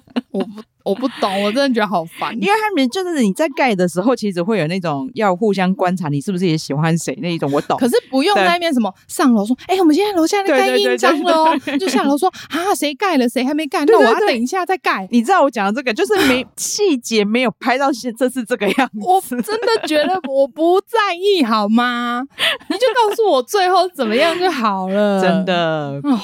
S2: 我不我不懂，我真的觉得好烦。
S1: 因为他们就是你在盖的时候，其实会有那种要互相观察你是不是也喜欢谁那一种。我懂，
S2: 可是不用
S1: 对
S2: 在那边什么上楼说，哎、我们现在楼下在
S1: 对
S2: 盖
S1: 对对
S2: 印章
S1: 对
S2: 了哦，
S1: 对
S2: 就下楼说啊，谁盖了，谁还没盖，
S1: 对
S2: 那我
S1: 对
S2: 要
S1: 对
S2: 等一下再盖。
S1: 你知道我讲的这个，就是 没细节没有拍到现，这是这个样子。
S2: 我真的觉 得我不在意，好吗？你就告诉我最后怎么样就好了。
S1: 真，的，
S2: 哦，
S1: 呃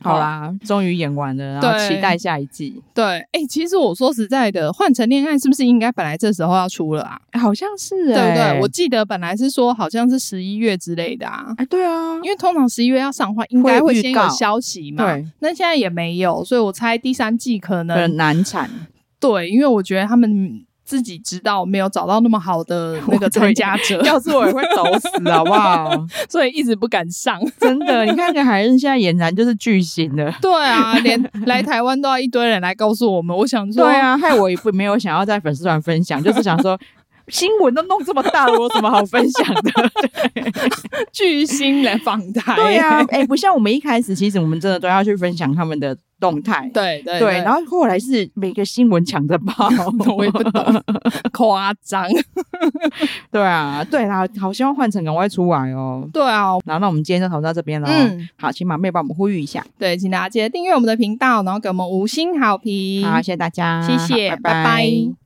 S1: 好啦，终于演完了，然后
S2: 对
S1: 期待下一季。
S2: 对，哎、其实我说实在的，《换成恋爱》是不是应该本来这时候要出了啊？
S1: 好像是、
S2: 对
S1: 欸，
S2: 不对？我记得本来是说好像是十一月之类的啊。
S1: 哎，对啊，
S2: 因为通常十一月要上的话，应该
S1: 会
S2: 会
S1: 预
S2: 先
S1: 告
S2: 有消息嘛。
S1: 对，
S2: 那现在也没有，所以我猜第三季可能
S1: 很难 产，
S2: 对，因为我觉得他们自己知道没有找到那么好的那
S1: 对
S2: 个参加者，
S1: 要是我也会走死，好不好？
S2: 所以一直不敢上。
S1: 真的，你看看海恩现在俨然就是巨星了。
S2: 对啊，连来台湾都要一堆人来告诉我们。我想说，
S1: 对，啊，害我也不没有想要在粉丝团分享，就是想 说新闻都弄这么大了，我有什么好分享的？
S2: 巨星来访 台。
S1: 对啊，哎、不像我们一开始，其实我们真的都要去分享他们的动态。
S2: 对对
S1: 对然后后来是每个新闻抢着 报，
S2: 我也不懂，夸张。
S1: 对啊，对啊，好希望换成赶快出来哦。
S2: 对啊，
S1: 然后那我们今天就讨论到这边了。
S2: 嗯，
S1: 好，请马妹帮我们呼吁一下。
S2: 对，请大家记得订阅我们的频道，然后给我们五星好评。
S1: 好，谢谢大家，
S2: 谢谢
S1: 好
S2: 拜拜